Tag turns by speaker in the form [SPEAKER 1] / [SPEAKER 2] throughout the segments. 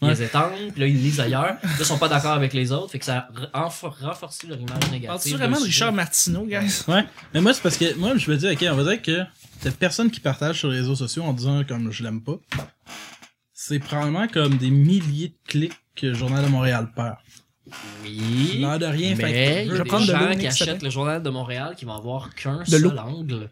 [SPEAKER 1] ils
[SPEAKER 2] Ouais.
[SPEAKER 1] les étendent, puis là, ils lisent ailleurs. Là, ils sont pas d'accord avec les autres, fait que ça re- enfor- renforce leur image négative.
[SPEAKER 3] Parles-tu vraiment de
[SPEAKER 1] d'un
[SPEAKER 3] Richard
[SPEAKER 1] sujet.
[SPEAKER 3] Martineau, guys?
[SPEAKER 2] Ouais. Mais moi, c'est parce que moi, je me dis, ok, on va dire que t'as personne qui partage sur les réseaux sociaux en disant comme je l'aime pas. C'est probablement comme des milliers de clics que le Journal de Montréal perd.
[SPEAKER 1] Oui.
[SPEAKER 2] L'air de rien, fait
[SPEAKER 1] Mais
[SPEAKER 2] que-
[SPEAKER 1] il y
[SPEAKER 3] Je vais
[SPEAKER 1] a
[SPEAKER 3] prendre
[SPEAKER 1] des
[SPEAKER 3] de l'eau,
[SPEAKER 1] gens
[SPEAKER 3] Nick,
[SPEAKER 1] qui
[SPEAKER 3] s'il te
[SPEAKER 1] achètent
[SPEAKER 3] plaît.
[SPEAKER 1] le journal de Montréal qui vont avoir qu'un
[SPEAKER 3] l'eau.
[SPEAKER 1] seul angle.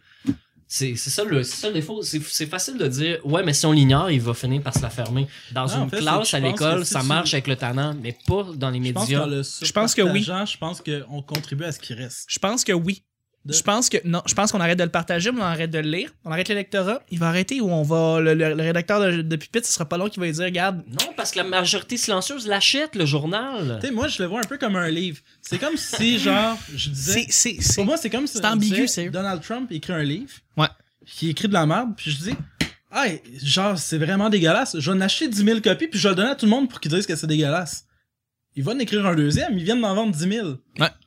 [SPEAKER 1] C'est c'est ça le, c'est ça le défaut. C'est c'est facile de dire, ouais, mais si on l'ignore, il va finir par se la fermer. Dans
[SPEAKER 2] Non, en
[SPEAKER 1] une
[SPEAKER 2] fait,
[SPEAKER 1] classe
[SPEAKER 2] c'est
[SPEAKER 1] à
[SPEAKER 2] que je pense que
[SPEAKER 1] l'école,
[SPEAKER 2] si
[SPEAKER 1] ça
[SPEAKER 2] tu-
[SPEAKER 1] marche avec le talent, mais pas dans les
[SPEAKER 2] Je pense,
[SPEAKER 1] médias.
[SPEAKER 3] Je pense que oui.
[SPEAKER 2] Je pense qu'on contribue à ce qui reste.
[SPEAKER 3] Je pense que oui.
[SPEAKER 2] De-
[SPEAKER 3] Je pense que non, je pense qu'on arrête de le partager, mais on arrête de le lire, on arrête l'électorat, il va arrêter ou on va le, le- le rédacteur de, de pupitre, ce sera pas long qui va lui dire regarde,
[SPEAKER 1] Non, parce que la majorité silencieuse l'achète, le journal.
[SPEAKER 2] Tu sais, moi, je le vois un peu comme un livre. C'est comme si, genre, je disais.
[SPEAKER 3] c'est c'est c'est
[SPEAKER 2] Pour moi, c'est comme si.
[SPEAKER 3] c'est ambigu,
[SPEAKER 2] je disais,
[SPEAKER 3] sérieux.
[SPEAKER 2] Donald Trump écrit un livre.
[SPEAKER 3] Ouais.
[SPEAKER 2] Qui écrit de la merde, puis je dis. Hey, genre, c'est vraiment dégueulasse. Je vais en acheter 10 000 copies, puis je vais le donner à tout le monde pour qu'ils disent que c'est dégueulasse. Ils vont en écrire un deuxième, ils viennent d'en vendre 10 000.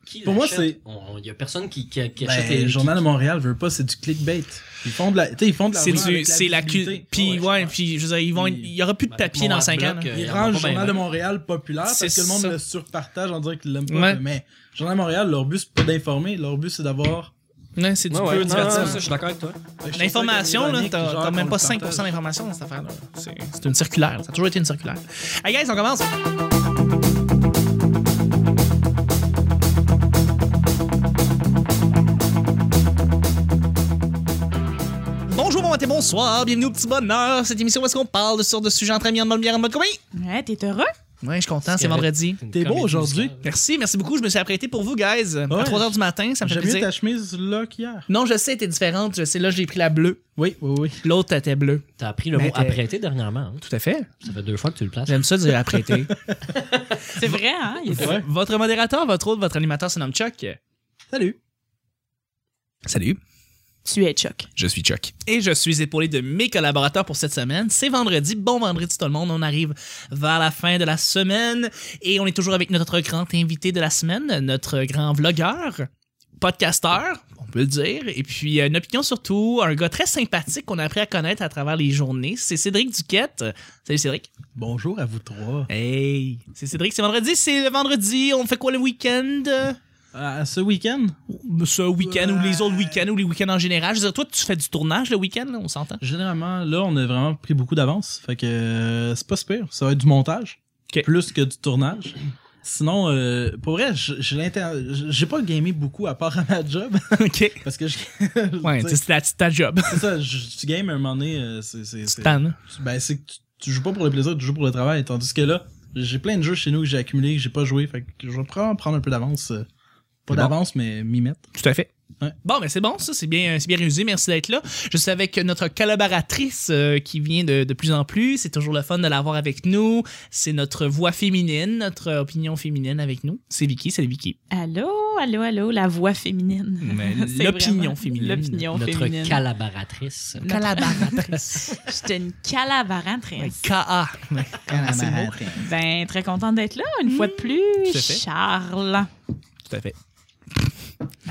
[SPEAKER 1] Qui
[SPEAKER 2] pour moi,
[SPEAKER 1] l'achète? On- Il y a personne qui, qui, qui achète
[SPEAKER 2] Ben,
[SPEAKER 1] les
[SPEAKER 2] le Journal de Montréal veut pas, c'est du clickbait. Ils font de la. Tu sais, ils font de
[SPEAKER 3] c'est
[SPEAKER 2] l'argent
[SPEAKER 3] du
[SPEAKER 2] avec la
[SPEAKER 3] c'est la cu-
[SPEAKER 2] visibilité.
[SPEAKER 1] Ouais,
[SPEAKER 3] puis ouais,
[SPEAKER 1] je pense.
[SPEAKER 3] puis je veux dire, ils vont il y aura plus de
[SPEAKER 1] Ben,
[SPEAKER 3] papier dans
[SPEAKER 1] mon
[SPEAKER 3] 5 ans.
[SPEAKER 1] adblock,
[SPEAKER 3] là.
[SPEAKER 1] euh,
[SPEAKER 2] Il
[SPEAKER 1] y en a
[SPEAKER 2] rend le
[SPEAKER 1] pas ben,
[SPEAKER 2] Journal
[SPEAKER 1] ben.
[SPEAKER 2] de Montréal populaire
[SPEAKER 3] C'est
[SPEAKER 2] parce que le monde
[SPEAKER 3] ça.
[SPEAKER 2] le surpartage en disant qu'il l'aime pas.
[SPEAKER 3] Ouais.
[SPEAKER 2] Mais le Journal de Montréal, leur but, c'est pas d'informer. Leur but, c'est d'avoir.
[SPEAKER 3] Ouais, c'est du
[SPEAKER 1] Ouais,
[SPEAKER 3] peu
[SPEAKER 1] ouais, non,
[SPEAKER 3] divertissant.
[SPEAKER 1] non, ça, je suis d'accord avec toi.
[SPEAKER 3] L'information, là,
[SPEAKER 2] Ironique,
[SPEAKER 3] t'as
[SPEAKER 2] genre,
[SPEAKER 3] t'as même
[SPEAKER 2] qu'on
[SPEAKER 3] pas
[SPEAKER 2] le
[SPEAKER 3] 5%
[SPEAKER 2] partage.
[SPEAKER 3] d'information dans cette affaire-là. C'est c'est une circulaire. Ça a toujours été une circulaire. Hey guys, on commence! Bonjour, bon matin, bonsoir, bienvenue au Petit Bonheur, cette émission où est-ce qu'on parle de sur de sujets entre amis, en bonne bière, en bonne compagnie.
[SPEAKER 4] Ouais, t'es heureux?
[SPEAKER 3] Ouais, je suis content, c'est vendredi.
[SPEAKER 1] C'est une
[SPEAKER 2] T'es beau
[SPEAKER 1] comédie
[SPEAKER 2] aujourd'hui.
[SPEAKER 1] musicale.
[SPEAKER 3] Merci, merci beaucoup, je me suis apprêté pour vous, guys, à
[SPEAKER 2] Ouais.
[SPEAKER 3] 3h du matin, ça me fait
[SPEAKER 2] J'aime mieux
[SPEAKER 3] plaisir.
[SPEAKER 2] ta chemise là qu'hier.
[SPEAKER 3] Non, je sais, elle était différente, je sais, là, j'ai pris la bleue,
[SPEAKER 2] Oui, oui, oui.
[SPEAKER 3] l'autre était bleue.
[SPEAKER 1] T'as appris le
[SPEAKER 3] Mais
[SPEAKER 1] mot
[SPEAKER 3] t'es-
[SPEAKER 1] apprêter dernièrement. hein.
[SPEAKER 3] Tout à fait.
[SPEAKER 1] Ça fait deux fois que tu le places.
[SPEAKER 3] J'aime ça dire apprêter.
[SPEAKER 4] C'est vrai, hein? Il est-
[SPEAKER 2] Ouais.
[SPEAKER 3] Votre modérateur, votre autre, votre animateur se nomme Chuck.
[SPEAKER 2] Salut.
[SPEAKER 3] Salut.
[SPEAKER 4] Tu es Chuck.
[SPEAKER 5] Je suis Chuck.
[SPEAKER 3] Et je suis épaulé de mes collaborateurs pour cette semaine. C'est vendredi. Bon vendredi tout le monde. On arrive vers la fin de la semaine et on est toujours avec notre grand invité de la semaine, notre grand vlogueur, podcasteur, on peut le dire, et puis euh, une opinion surtout, un gars très sympathique qu'on a appris à connaître à travers les journées. C'est Cédric Duquette. Salut Cédric.
[SPEAKER 2] Bonjour à vous trois.
[SPEAKER 3] Hey. C'est Cédric. C'est vendredi. C'est le vendredi. On fait quoi le week-end?
[SPEAKER 2] Euh, ce week-end,
[SPEAKER 3] ce week-end ou les autres week-ends ou les week-ends en général. Je veux dire, toi, tu fais du tournage le week-end, là, on s'entend.
[SPEAKER 2] généralement, là, on a vraiment pris beaucoup d'avance. Fait que euh, c'est pas si pire. Ça va être du montage.
[SPEAKER 3] Ok.
[SPEAKER 2] Plus que du tournage. Sinon, euh, pour vrai, j- j'ai l'inter- j'ai pas gamé beaucoup à part à ma job.
[SPEAKER 3] OK.
[SPEAKER 2] Parce que je.
[SPEAKER 3] Ouais, tu
[SPEAKER 2] tu sais,
[SPEAKER 3] sais, c'est ta, c'est ta job.
[SPEAKER 2] c'est ça, je- tu games à un moment donné, euh, c'est. c'est-
[SPEAKER 3] Tu
[SPEAKER 2] c'est-
[SPEAKER 3] te tannes.
[SPEAKER 2] Ben, c'est que tu, tu joues pas pour le plaisir, tu joues pour le travail. Tandis que là, j'ai plein de jeux chez nous que j'ai accumulés, que j'ai pas joué. Fait que je vais probablement prendre un peu d'avance. euh, Pas
[SPEAKER 5] C'est bon.
[SPEAKER 2] d'avance, mais m'y mettre.
[SPEAKER 3] Tout à fait.
[SPEAKER 2] Ouais.
[SPEAKER 3] Bon, mais c'est bon, ça, c'est bien, c'est bien résumé. Merci d'être là. Je suis avec notre collaboratrice euh, qui vient de, de plus en plus. C'est toujours le fun de l'avoir avec nous. C'est notre voix féminine, notre opinion féminine avec nous. C'est Vicky, c'est Vicky.
[SPEAKER 4] Allô, allô, allô, la voix féminine.
[SPEAKER 3] Mais
[SPEAKER 4] C'est
[SPEAKER 3] l'opinion
[SPEAKER 4] vraiment
[SPEAKER 3] féminine.
[SPEAKER 4] L'opinion féminine.
[SPEAKER 1] Notre collaboratrice.
[SPEAKER 4] Notre-
[SPEAKER 3] Calabaratrice.
[SPEAKER 4] J'étais une calavarantrice.
[SPEAKER 3] K.A. Ouais, Ah, c'est beau.
[SPEAKER 4] Ben, très contente d'être là, une fois de plus.
[SPEAKER 3] Tout à fait.
[SPEAKER 4] Charles.
[SPEAKER 3] Tout à fait.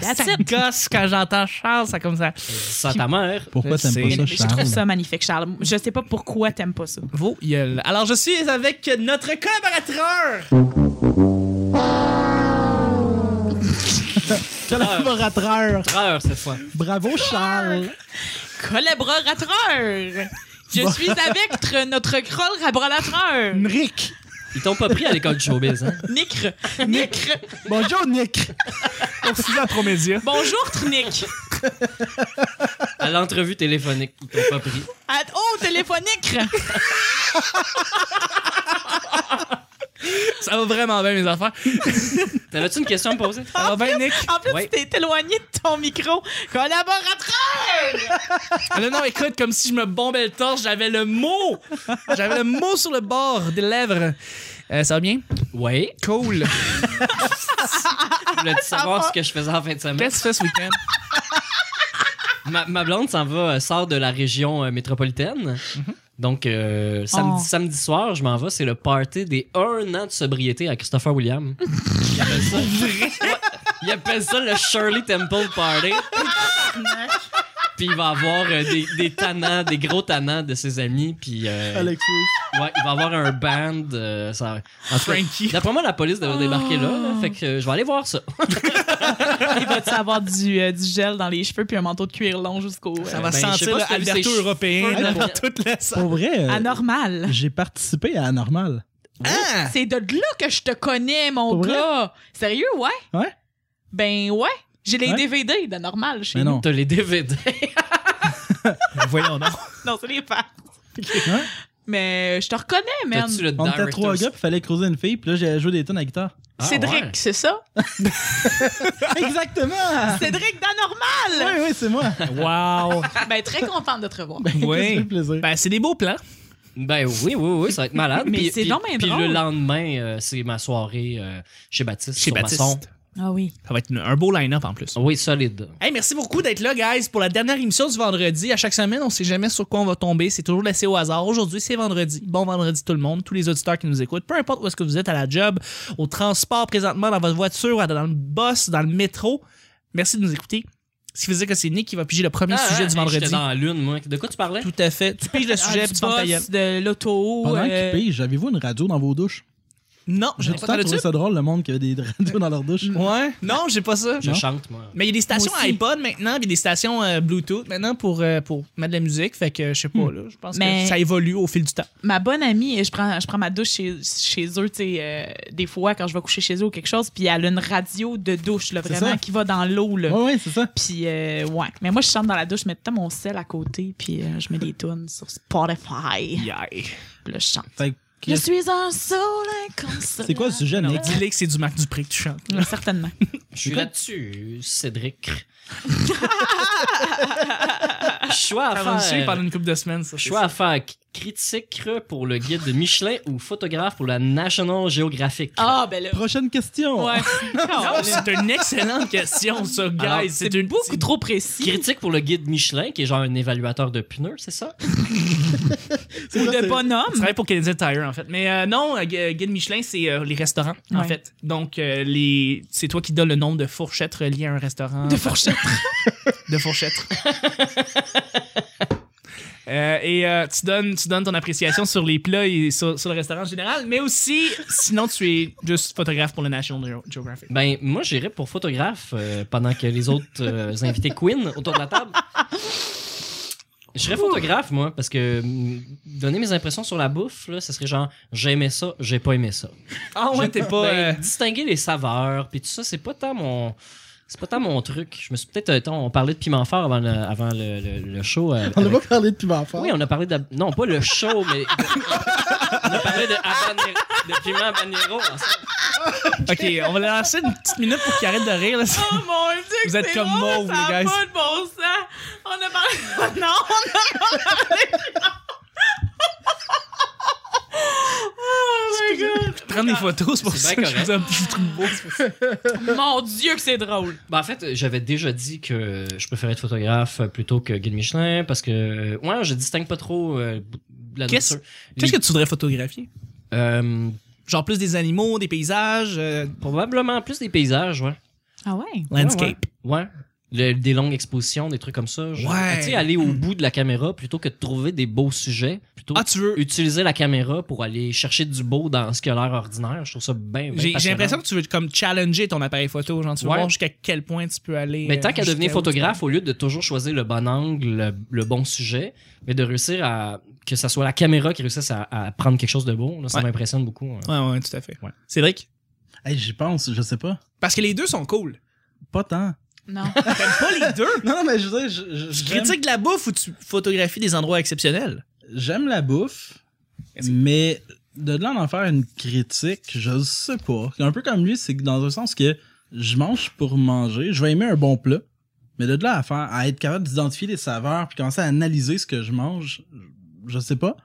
[SPEAKER 4] That's
[SPEAKER 3] ça
[SPEAKER 4] it.
[SPEAKER 3] gosse quand j'entends Charles, ça comme ça.
[SPEAKER 1] Ça, ta mère.
[SPEAKER 2] Pourquoi
[SPEAKER 3] Je sais.
[SPEAKER 2] t'aimes pas ça,
[SPEAKER 4] Mais Je trouve
[SPEAKER 2] Charles?
[SPEAKER 4] ça magnifique, Charles. Je sais pas pourquoi t'aimes pas ça.
[SPEAKER 3] Vos gueules. Alors, je suis avec notre collaborateur.
[SPEAKER 2] Collaborateur!
[SPEAKER 1] Treur, cette fois.
[SPEAKER 2] Bravo, Charles!
[SPEAKER 4] Collaborateur! Je suis avec tr- notre collaborateur.
[SPEAKER 2] Nick!
[SPEAKER 1] Ils t'ont pas pris à l'école du showbiz, hein?
[SPEAKER 4] Nicre. Nicre.
[SPEAKER 2] Bonjour, Nick!
[SPEAKER 3] Pour Suzanne Promédia.
[SPEAKER 4] Bonjour, Trnick.
[SPEAKER 1] À l'entrevue téléphonique, ils t'ont pas pris.
[SPEAKER 4] À- Oh, téléphonique.
[SPEAKER 3] Ça va vraiment bien, mes affaires.
[SPEAKER 1] T'avais-tu une question à me poser?
[SPEAKER 3] Ça va bien, Nick?
[SPEAKER 4] En plus,
[SPEAKER 1] Ouais.
[SPEAKER 4] tu t'es éloigné de ton micro. Collaborateur!
[SPEAKER 3] euh, Non, non, écoute, comme si je me bombais le torse, j'avais le mot. J'avais le mot sur le bord des lèvres. Euh, ça va bien?
[SPEAKER 1] Oui.
[SPEAKER 3] Cool.
[SPEAKER 1] Je voulais savoir ce que je faisais en fin de semaine.
[SPEAKER 3] Qu'est-ce que tu fais ce week-end?
[SPEAKER 1] Ma, ma blonde s'en va, euh, sort de la région euh, métropolitaine. Donc, euh, samedi,
[SPEAKER 4] Oh.
[SPEAKER 1] samedi soir, je m'en vais. C'est le party des 1 an de sobriété à Christopher William. Il appelle ça, Ouais, il appelle ça le Shirley Temple Party. puis il va avoir euh, des, des tannants, des gros tannants de ses amis, puis euh,
[SPEAKER 2] Alex Wolff.
[SPEAKER 1] ouais, il va avoir un band. euh, ça... en tout cas,
[SPEAKER 3] Frankie.
[SPEAKER 1] D'après moi, la police devrait
[SPEAKER 4] Oh.
[SPEAKER 1] débarquer là, là, fait que euh, je vais aller voir ça.
[SPEAKER 4] Il va-tu avoir du, euh, du gel dans les cheveux puis un manteau de cuir long jusqu'au. euh,
[SPEAKER 3] Ça va
[SPEAKER 1] ben, je sais
[SPEAKER 3] sentir
[SPEAKER 1] pas
[SPEAKER 3] le
[SPEAKER 1] si t'as vu
[SPEAKER 3] Alberto
[SPEAKER 1] ses
[SPEAKER 3] européen
[SPEAKER 1] cheveux,
[SPEAKER 3] là,
[SPEAKER 1] là,
[SPEAKER 3] dans
[SPEAKER 1] pour-
[SPEAKER 3] toute la salle.
[SPEAKER 2] Pour vrai, euh,
[SPEAKER 4] Anormal.
[SPEAKER 2] j'ai participé à Anormal.
[SPEAKER 3] Ah!
[SPEAKER 4] C'est de là que je te connais, mon
[SPEAKER 2] Pour vrai?
[SPEAKER 4] gars. Sérieux, ouais?
[SPEAKER 2] Ouais.
[SPEAKER 4] Ben ouais. J'ai les
[SPEAKER 2] Ouais.
[SPEAKER 4] DVD de normal chez
[SPEAKER 2] Mais non.
[SPEAKER 1] T'as les DVD.
[SPEAKER 3] Voyons donc.
[SPEAKER 4] nous. Non, c'est les farces.
[SPEAKER 2] Ouais.
[SPEAKER 4] Mais euh, je te reconnais, man.
[SPEAKER 1] T'as-tu le
[SPEAKER 2] On était trois
[SPEAKER 1] director's-
[SPEAKER 2] gars, puis fallait creuser une fille, puis là, j'ai joué des tonnes à guitare.
[SPEAKER 1] Ah,
[SPEAKER 4] Cédric,
[SPEAKER 1] ouais.
[SPEAKER 4] c'est ça?
[SPEAKER 2] Exactement!
[SPEAKER 4] Cédric d'anormal!
[SPEAKER 2] Oui, oui, c'est moi.
[SPEAKER 3] Wow.
[SPEAKER 4] Ben, très contente de te revoir.
[SPEAKER 2] Ça
[SPEAKER 3] Oui.
[SPEAKER 2] fait plaisir.
[SPEAKER 3] Ben, c'est des beaux plans.
[SPEAKER 1] Ben oui, oui, oui, ça va être malade.
[SPEAKER 4] Mais
[SPEAKER 1] Puis-
[SPEAKER 4] c'est
[SPEAKER 1] puis-
[SPEAKER 4] donc bien
[SPEAKER 1] Puis
[SPEAKER 4] drôle.
[SPEAKER 1] le lendemain, euh, c'est ma soirée euh, chez Baptiste.
[SPEAKER 3] Chez
[SPEAKER 1] sur
[SPEAKER 3] Baptiste.
[SPEAKER 1] Masson.
[SPEAKER 4] Ah oui.
[SPEAKER 3] Ça va être une- un beau line-up en plus.
[SPEAKER 1] Oui, solide.
[SPEAKER 3] Hey, merci beaucoup d'être là, guys, pour la dernière émission du vendredi. À chaque semaine, on sait jamais sur quoi on va tomber. C'est toujours laissé au hasard. Aujourd'hui, c'est vendredi. Bon vendredi, tout le monde, tous les auditeurs qui nous écoutent, peu importe où est-ce que vous êtes, à la job, au transport présentement, dans votre voiture, dans le bus, dans le métro. Merci de nous écouter. Ce qui veut dire que c'est Nick qui va piger le premier
[SPEAKER 1] Ah,
[SPEAKER 3] sujet
[SPEAKER 1] ah,
[SPEAKER 3] du
[SPEAKER 1] hey,
[SPEAKER 3] vendredi.
[SPEAKER 1] j'étais dans la lune, moi. De quoi tu parlais?
[SPEAKER 3] Tout à fait. Tu piges le sujet,
[SPEAKER 4] Ah,
[SPEAKER 3] puis
[SPEAKER 4] du
[SPEAKER 3] tu fermes ta gueule.
[SPEAKER 4] boss, de l'auto.
[SPEAKER 2] Pendant
[SPEAKER 4] euh,
[SPEAKER 2] qu'il pige, avez-vous une radio dans vos douches?
[SPEAKER 3] Non,
[SPEAKER 2] J'ai
[SPEAKER 3] j'ai
[SPEAKER 2] tout le
[SPEAKER 3] pas
[SPEAKER 2] temps
[SPEAKER 3] le
[SPEAKER 2] trouvé
[SPEAKER 3] tube.
[SPEAKER 2] ça drôle, le monde qui a des radios dans leur douche.
[SPEAKER 3] Ouais. Non, j'ai pas ça.
[SPEAKER 1] Je
[SPEAKER 2] Non.
[SPEAKER 1] chante, moi.
[SPEAKER 3] Mais il y a des stations
[SPEAKER 4] Moi aussi.
[SPEAKER 3] iPod maintenant, puis des stations euh, Bluetooth maintenant pour, euh, pour mettre de la musique. Fait que euh, je sais pas, là. Je pense que
[SPEAKER 4] Hmm. Mais-
[SPEAKER 3] ça évolue au fil du temps.
[SPEAKER 4] ma bonne amie, je prends, je prends ma douche chez, chez eux, tu sais, euh, des fois quand je vais coucher chez eux ou quelque chose, puis elle a une radio de douche, là,
[SPEAKER 2] C'est
[SPEAKER 4] vraiment,
[SPEAKER 2] ça.
[SPEAKER 4] qui va dans l'eau, là.
[SPEAKER 2] Ouais, ouais, c'est ça.
[SPEAKER 4] Puis, euh, ouais. Mais moi, je chante dans la douche, je mets tout le temps mon sel à côté, puis euh, je mets des tunes sur Spotify. Puis là, je chante.
[SPEAKER 2] Fait que-
[SPEAKER 4] Je suis un soleil comme ça.
[SPEAKER 2] C'est quoi le sujet,
[SPEAKER 3] Non,
[SPEAKER 2] Nick?
[SPEAKER 3] dis-le que c'est du Marc Dupré que tu chantes.
[SPEAKER 4] Ouais, Certainement.
[SPEAKER 1] Je suis
[SPEAKER 2] quoi?
[SPEAKER 1] là-dessus, Cédric. Choix à
[SPEAKER 3] Ça va me suivre pendant
[SPEAKER 1] faire.
[SPEAKER 3] une couple de semaines, ça. c'est
[SPEAKER 1] Choix
[SPEAKER 3] ça.
[SPEAKER 1] à faire. Critique pour le guide de Michelin ou photographe pour la National Geographic.
[SPEAKER 4] Ah, ben là.
[SPEAKER 2] Prochaine question.
[SPEAKER 4] Ouais.
[SPEAKER 3] Non, c'est une excellente question, ça, guys.
[SPEAKER 1] Alors,
[SPEAKER 3] c'est une...
[SPEAKER 4] Beaucoup trop précis.
[SPEAKER 1] Critique pour le guide Michelin, qui est genre un évaluateur de pneus, c'est ça?
[SPEAKER 2] C'est
[SPEAKER 4] Ou
[SPEAKER 2] quoi,
[SPEAKER 4] de
[SPEAKER 2] c'est-
[SPEAKER 3] Je
[SPEAKER 4] bonhomme.
[SPEAKER 3] travaille pour Canadian Tire, en fait. Mais euh, non, euh, Gu- Guide Michelin, c'est euh, les restaurants, en
[SPEAKER 4] Ouais.
[SPEAKER 3] fait. Donc, euh, les... c'est toi qui donnes le nombre de fourchettes reliées à un restaurant.
[SPEAKER 4] De fourchette.
[SPEAKER 3] de fourchette. Euh, et euh, tu, donnes, tu donnes ton appréciation sur les plats et sur, sur le restaurant en général, mais aussi, sinon, tu es juste photographe pour le National Geo- Geographic.
[SPEAKER 1] Ben, moi, j'irais pour photographe euh, pendant que les autres euh, invités Queen autour de la table. Je serais photographe, moi, parce que mm, donner mes impressions sur la bouffe, là, ce serait genre j'aimais ça, j'ai pas aimé ça.
[SPEAKER 3] Ah ouais, t'es pas.
[SPEAKER 1] Ben, distinguer les saveurs, puis tout ça, c'est pas tant mon. C'est pas tant mon truc. Je me suis peut-être. euh, tant- On parlait de piment fort avant le, avant le, le- le show. euh,
[SPEAKER 2] On n'a
[SPEAKER 1] avec-
[SPEAKER 2] pas parlé de piment fort.
[SPEAKER 1] Oui, on a parlé de. Non, pas le show, mais. on a parlé de, habanero- de piment habanero. ensemble.
[SPEAKER 3] euh, Ok, on va lancer une petite minute pour qu'il arrête de rire. là.
[SPEAKER 4] Oh mon dieu,
[SPEAKER 3] Vous
[SPEAKER 4] que
[SPEAKER 3] êtes
[SPEAKER 4] c'est
[SPEAKER 3] comme
[SPEAKER 4] bon,
[SPEAKER 3] mauve,
[SPEAKER 4] ça
[SPEAKER 3] les
[SPEAKER 4] a
[SPEAKER 3] guys.
[SPEAKER 4] pas de bon sens. On a parlé. Non, on a parlé. oh my
[SPEAKER 3] Prendre des photos, c'est pour
[SPEAKER 1] C'est
[SPEAKER 3] ça que
[SPEAKER 1] bien
[SPEAKER 3] je vous, je vous trouve beau. c'est pour ça.
[SPEAKER 4] god. Mon dieu, que c'est drôle.
[SPEAKER 1] Ben, en fait, j'avais déjà dit que je préférais être photographe euh, plutôt que guide Michelin parce que. euh, Ouais, je distingue pas trop euh, la
[SPEAKER 3] Qu'est-ce-
[SPEAKER 1] nourriture.
[SPEAKER 3] Qu'est-ce que tu voudrais photographier?
[SPEAKER 1] Euh,
[SPEAKER 3] Genre plus des animaux, des paysages, euh,
[SPEAKER 1] probablement plus des paysages, ouais.
[SPEAKER 4] Ah ouais?
[SPEAKER 3] landscape.
[SPEAKER 1] Ouais. ouais. Le- des longues expositions, des trucs comme ça. genre.
[SPEAKER 3] Ouais.
[SPEAKER 1] Tu sais, aller au bout de la caméra plutôt que de trouver des beaux sujets. Plutôt
[SPEAKER 3] Ah, tu veux.
[SPEAKER 1] utiliser la caméra pour aller chercher du beau dans ce qu'il a l'air ordinaire. Je trouve ça bien, bien
[SPEAKER 3] J'ai j'ai
[SPEAKER 1] passionnant.
[SPEAKER 3] l'impression que tu veux comme challenger ton appareil photo. Genre, tu veux
[SPEAKER 1] Ouais.
[SPEAKER 3] voir jusqu'à quel point tu peux aller.
[SPEAKER 1] Mais tant
[SPEAKER 3] euh,
[SPEAKER 1] qu'à devenir
[SPEAKER 3] jusqu'à où tu peux
[SPEAKER 1] photographe, au lieu de toujours choisir le bon angle, le, le bon sujet, mais de réussir à... que ça soit la caméra qui réussisse à, à prendre quelque chose de beau, là, ça
[SPEAKER 3] Ouais.
[SPEAKER 1] m'impressionne beaucoup. hein.
[SPEAKER 3] Ouais, ouais, tout à fait.
[SPEAKER 1] Ouais.
[SPEAKER 3] Cédric?
[SPEAKER 2] Hey, J'y pense, je sais pas.
[SPEAKER 3] Parce que les deux sont cool.
[SPEAKER 2] Pas tant.
[SPEAKER 4] Non.
[SPEAKER 3] T'aimes pas les deux?
[SPEAKER 2] Non, non, mais je veux dire, je- je-
[SPEAKER 3] Tu
[SPEAKER 2] j'aime-
[SPEAKER 3] critiques de la bouffe ou tu photographies des endroits exceptionnels?
[SPEAKER 2] j'aime la bouffe,
[SPEAKER 3] Est-ce que-
[SPEAKER 2] mais de là en faire une critique, je sais pas. Un peu comme lui, c'est que dans un sens que je mange pour manger, je vais aimer un bon plat, mais de là à faire, à être capable d'identifier les saveurs puis commencer à analyser ce que je mange, je sais pas.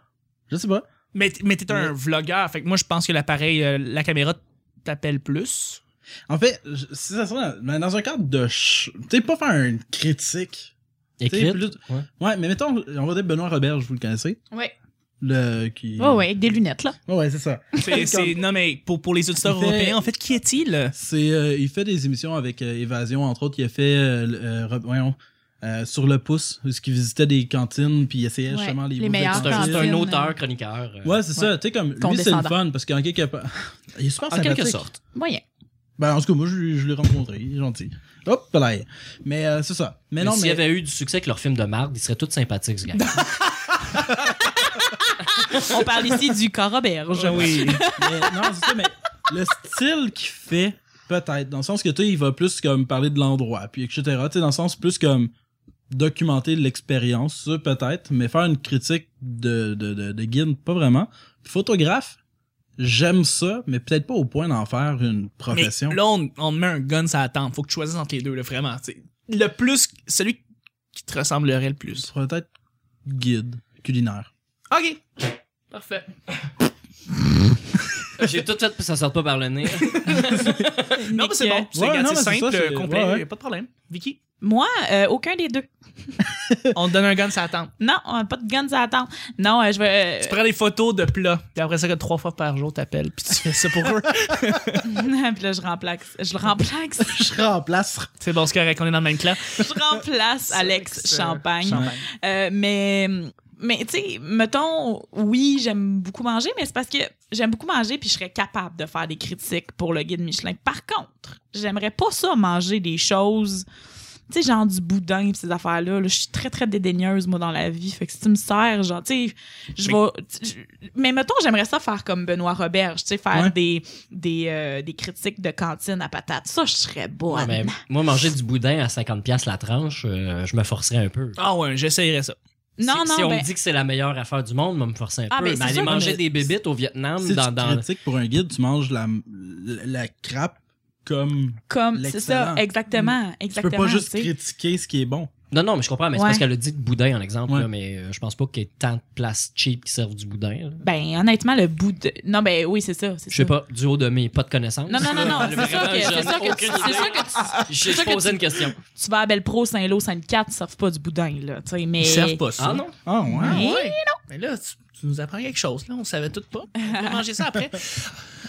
[SPEAKER 2] Je sais pas.
[SPEAKER 3] Mais, t- mais t'es un vlogueur, fait que moi je pense que l'appareil, euh, la caméra t'appelle plus.
[SPEAKER 2] En fait, je- si ça serait dans- mais dans un cadre de, ch- tu sais, pas faire une critique.
[SPEAKER 1] Écrite,
[SPEAKER 2] plus-
[SPEAKER 1] ouais.
[SPEAKER 2] Ouais, mais mettons, on va dire Benoît Robert, vous le connaissez,
[SPEAKER 4] Ouais.
[SPEAKER 2] le qui.
[SPEAKER 4] Ouais, ouais, avec des lunettes, là.
[SPEAKER 2] Ouais, ouais, c'est ça.
[SPEAKER 3] C'est- c'est- non mais pour, pour les auditeurs
[SPEAKER 2] Il fait-
[SPEAKER 3] européens, en fait, qui est-il?
[SPEAKER 2] C'est, euh, il fait des émissions avec euh, Évasion, entre autres. Il a fait, euh, le- euh, Rob- voyons, euh, sur le pouce, où qui visitait des cantines puis il essayait
[SPEAKER 4] Ouais,
[SPEAKER 2] justement les,
[SPEAKER 4] les
[SPEAKER 2] bouffe de
[SPEAKER 4] meilleures
[SPEAKER 2] cantine.
[SPEAKER 1] C'est un, c'est un
[SPEAKER 4] Cantine.
[SPEAKER 1] auteur chroniqueur. euh,
[SPEAKER 2] Ouais, c'est ça. Tu sais, comme lui, c'est le
[SPEAKER 4] Condescendant.
[SPEAKER 2] fun parce qu'en quelque part. Il est super
[SPEAKER 1] en
[SPEAKER 2] sympathique.
[SPEAKER 1] quelque sorte.
[SPEAKER 4] Moyen.
[SPEAKER 2] Ben, en tout cas, moi, je, l'ai- je l'ai rencontré. Il est gentil. Hop là. Mais euh, c'est ça. Mais,
[SPEAKER 1] Mais
[SPEAKER 2] non,
[SPEAKER 1] s'il
[SPEAKER 2] mais.
[SPEAKER 1] y avait eu du succès avec leur film de marde, ils seraient tous sympathiques, ce gars.
[SPEAKER 4] On parle ici du Coroberge.
[SPEAKER 3] Ah
[SPEAKER 2] Oui. mais, non, c'est ça, mais le style qu'il fait, peut-être. Dans le sens que, tu sais, il va plus comme parler de l'endroit, puis etc. Tu sais, dans le sens plus comme documenter l'expérience, ça peut-être, mais faire une critique de, de, de, de guide, pas vraiment. Puis photographe, j'aime ça, mais peut-être pas au point d'en faire une
[SPEAKER 3] Mais
[SPEAKER 2] profession.
[SPEAKER 3] là, on, on met un gun ça attend. Faut que tu choisisses entre les deux, là, vraiment. t'sais. Le plus, celui qui te ressemblerait le plus.
[SPEAKER 2] Peut-être guide culinaire.
[SPEAKER 3] OK. Parfait.
[SPEAKER 1] J'ai tout fait pour que ça sorte pas par le nez.
[SPEAKER 3] Non, mais
[SPEAKER 4] euh,
[SPEAKER 3] c'est bon. C'est
[SPEAKER 2] Ouais,
[SPEAKER 3] regarde, c'est
[SPEAKER 2] non, mais c'est
[SPEAKER 3] simple,
[SPEAKER 2] ça, c'est-
[SPEAKER 3] complet.
[SPEAKER 2] ouais, ouais.
[SPEAKER 3] y a Pas de problème. Vicky,
[SPEAKER 4] Moi, euh, aucun des deux.
[SPEAKER 3] on te donne un gun ça attend.
[SPEAKER 4] Non, on a pas de guns à attendre. Non, euh, je vais.
[SPEAKER 3] Tu prends des photos de plats. Puis après ça, que trois fois par jour, t'appelles. Puis tu fais ça pour eux.
[SPEAKER 4] Puis là, je remplace. Je le remplace.
[SPEAKER 2] Je remplace.
[SPEAKER 3] C'est bon, c'est correct. On est dans le même clan.
[SPEAKER 4] je remplace Alex
[SPEAKER 3] Alex, euh,
[SPEAKER 4] Champagne.
[SPEAKER 3] Champagne.
[SPEAKER 4] Euh, mais mais tu sais, mettons, oui, j'aime beaucoup manger, mais c'est parce que j'aime beaucoup manger puis je serais capable de faire des critiques pour le guide Michelin. Par contre, j'aimerais pas ça manger des choses, tu sais, genre du boudin pis ces affaires-là. là. je suis très, très dédaigneuse, moi, dans la vie. Fait que si tu me sers, genre, tu sais, je vais. tu- je- Mais mettons, j'aimerais ça faire comme Benoît Roberge, tu sais, faire
[SPEAKER 2] Ouais.
[SPEAKER 4] des, des, euh, des critiques de cantine à patate. Ça, je serais bonne.
[SPEAKER 1] Ouais, mais moi, manger du boudin à 50$ piastres la tranche, euh, je me forcerais un peu.
[SPEAKER 3] Ah ouais, j'essayerais ça.
[SPEAKER 4] non,
[SPEAKER 1] si,
[SPEAKER 4] non,
[SPEAKER 1] si on
[SPEAKER 4] ben-
[SPEAKER 1] me dit que c'est la meilleure affaire du monde, moi, me forcer un
[SPEAKER 4] Ah,
[SPEAKER 1] peu.
[SPEAKER 4] ben,
[SPEAKER 1] Mais
[SPEAKER 4] c'est
[SPEAKER 1] aller
[SPEAKER 4] sûr,
[SPEAKER 1] manger
[SPEAKER 4] mais-
[SPEAKER 1] des bébites au Vietnam
[SPEAKER 2] Si
[SPEAKER 1] dans,
[SPEAKER 2] tu
[SPEAKER 1] dans-
[SPEAKER 2] critiques pour un guide, tu manges la, la, la crape comme.
[SPEAKER 4] comme c'est ça
[SPEAKER 2] L'excellent.
[SPEAKER 4] exactement
[SPEAKER 2] Tu peux
[SPEAKER 4] exactement
[SPEAKER 2] pas juste
[SPEAKER 4] tu sais.
[SPEAKER 2] critiquer ce qui est bon.
[SPEAKER 1] Non, non, mais je comprends, mais
[SPEAKER 4] Ouais.
[SPEAKER 1] c'est parce qu'elle a dit de boudin, en exemple,
[SPEAKER 2] Ouais.
[SPEAKER 1] là, mais euh, je pense pas qu'il y ait tant de places cheap qui servent du boudin. là.
[SPEAKER 4] ben honnêtement le bout de non ben oui c'est ça c'est
[SPEAKER 1] Je sais
[SPEAKER 4] ça.
[SPEAKER 1] pas, du haut de mes pas de connaissances.
[SPEAKER 4] non non non non c'est sûr que c'est sûr que tu- c'est sûr que tu-
[SPEAKER 1] J'ai
[SPEAKER 4] sûr que
[SPEAKER 1] posé une question.
[SPEAKER 4] tu vas à Bellepro Saint-Lô Sainte-Catherine ils servent pas du boudin là tu sais mais
[SPEAKER 3] Ils servent pas ça.
[SPEAKER 1] Ah non?
[SPEAKER 2] Ah ouais.
[SPEAKER 4] Mais
[SPEAKER 3] Ouais. Mais là, tu, tu nous apprends quelque chose. Là, on savait tout pas. On va manger ça après.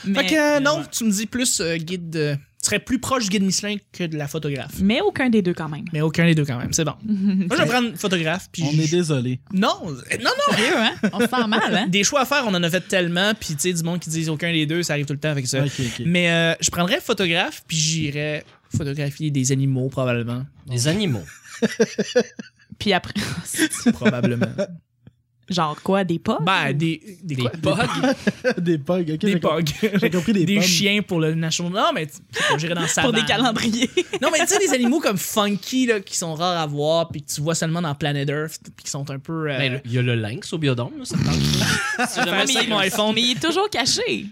[SPEAKER 4] mais,
[SPEAKER 3] Fait que euh, non, tu me dis plus euh, guide. euh, tu serais plus proche du guide Michelin que de la photographe.
[SPEAKER 4] mais aucun des deux quand même
[SPEAKER 3] Mais aucun des deux quand même. C'est bon. Moi, je vais prendre photographe. Puis
[SPEAKER 2] On
[SPEAKER 3] je-
[SPEAKER 2] est désolé.
[SPEAKER 3] Non, euh, non, non.
[SPEAKER 4] sérieux hein on se sent mal hein
[SPEAKER 3] Des choix à faire, on en a fait tellement. Puis tu sais, du monde qui disent aucun des deux, ça arrive tout le temps avec ça.
[SPEAKER 2] Ok, ok.
[SPEAKER 3] Mais euh, je prendrais photographe, puis j'irais photographier des animaux probablement.
[SPEAKER 1] Des animaux.
[SPEAKER 4] puis après
[SPEAKER 3] Probablement.
[SPEAKER 4] genre quoi des pas
[SPEAKER 3] ben, des. Des,
[SPEAKER 1] Des
[SPEAKER 3] quoi?
[SPEAKER 1] bugs.
[SPEAKER 2] des pugs, ok.
[SPEAKER 3] Des
[SPEAKER 2] j'ai compris.
[SPEAKER 3] pugs.
[SPEAKER 2] J'ai compris des,
[SPEAKER 3] Des
[SPEAKER 2] pommes.
[SPEAKER 3] chiens pour le national. Non, mais tu- j'irais dans ça.
[SPEAKER 4] pour des calendriers
[SPEAKER 3] Non, mais tu sais, des animaux comme funky, là, qui sont rares à voir, puis que tu vois seulement dans Planet Earth, puis qui sont un peu. euh,
[SPEAKER 1] Ben, le- Il y a le lynx au biodôme, là, ça me tente. Si jamais
[SPEAKER 3] Famille,
[SPEAKER 1] ça, il y a
[SPEAKER 3] mon
[SPEAKER 1] un-
[SPEAKER 3] iPhone.
[SPEAKER 4] mais il est toujours caché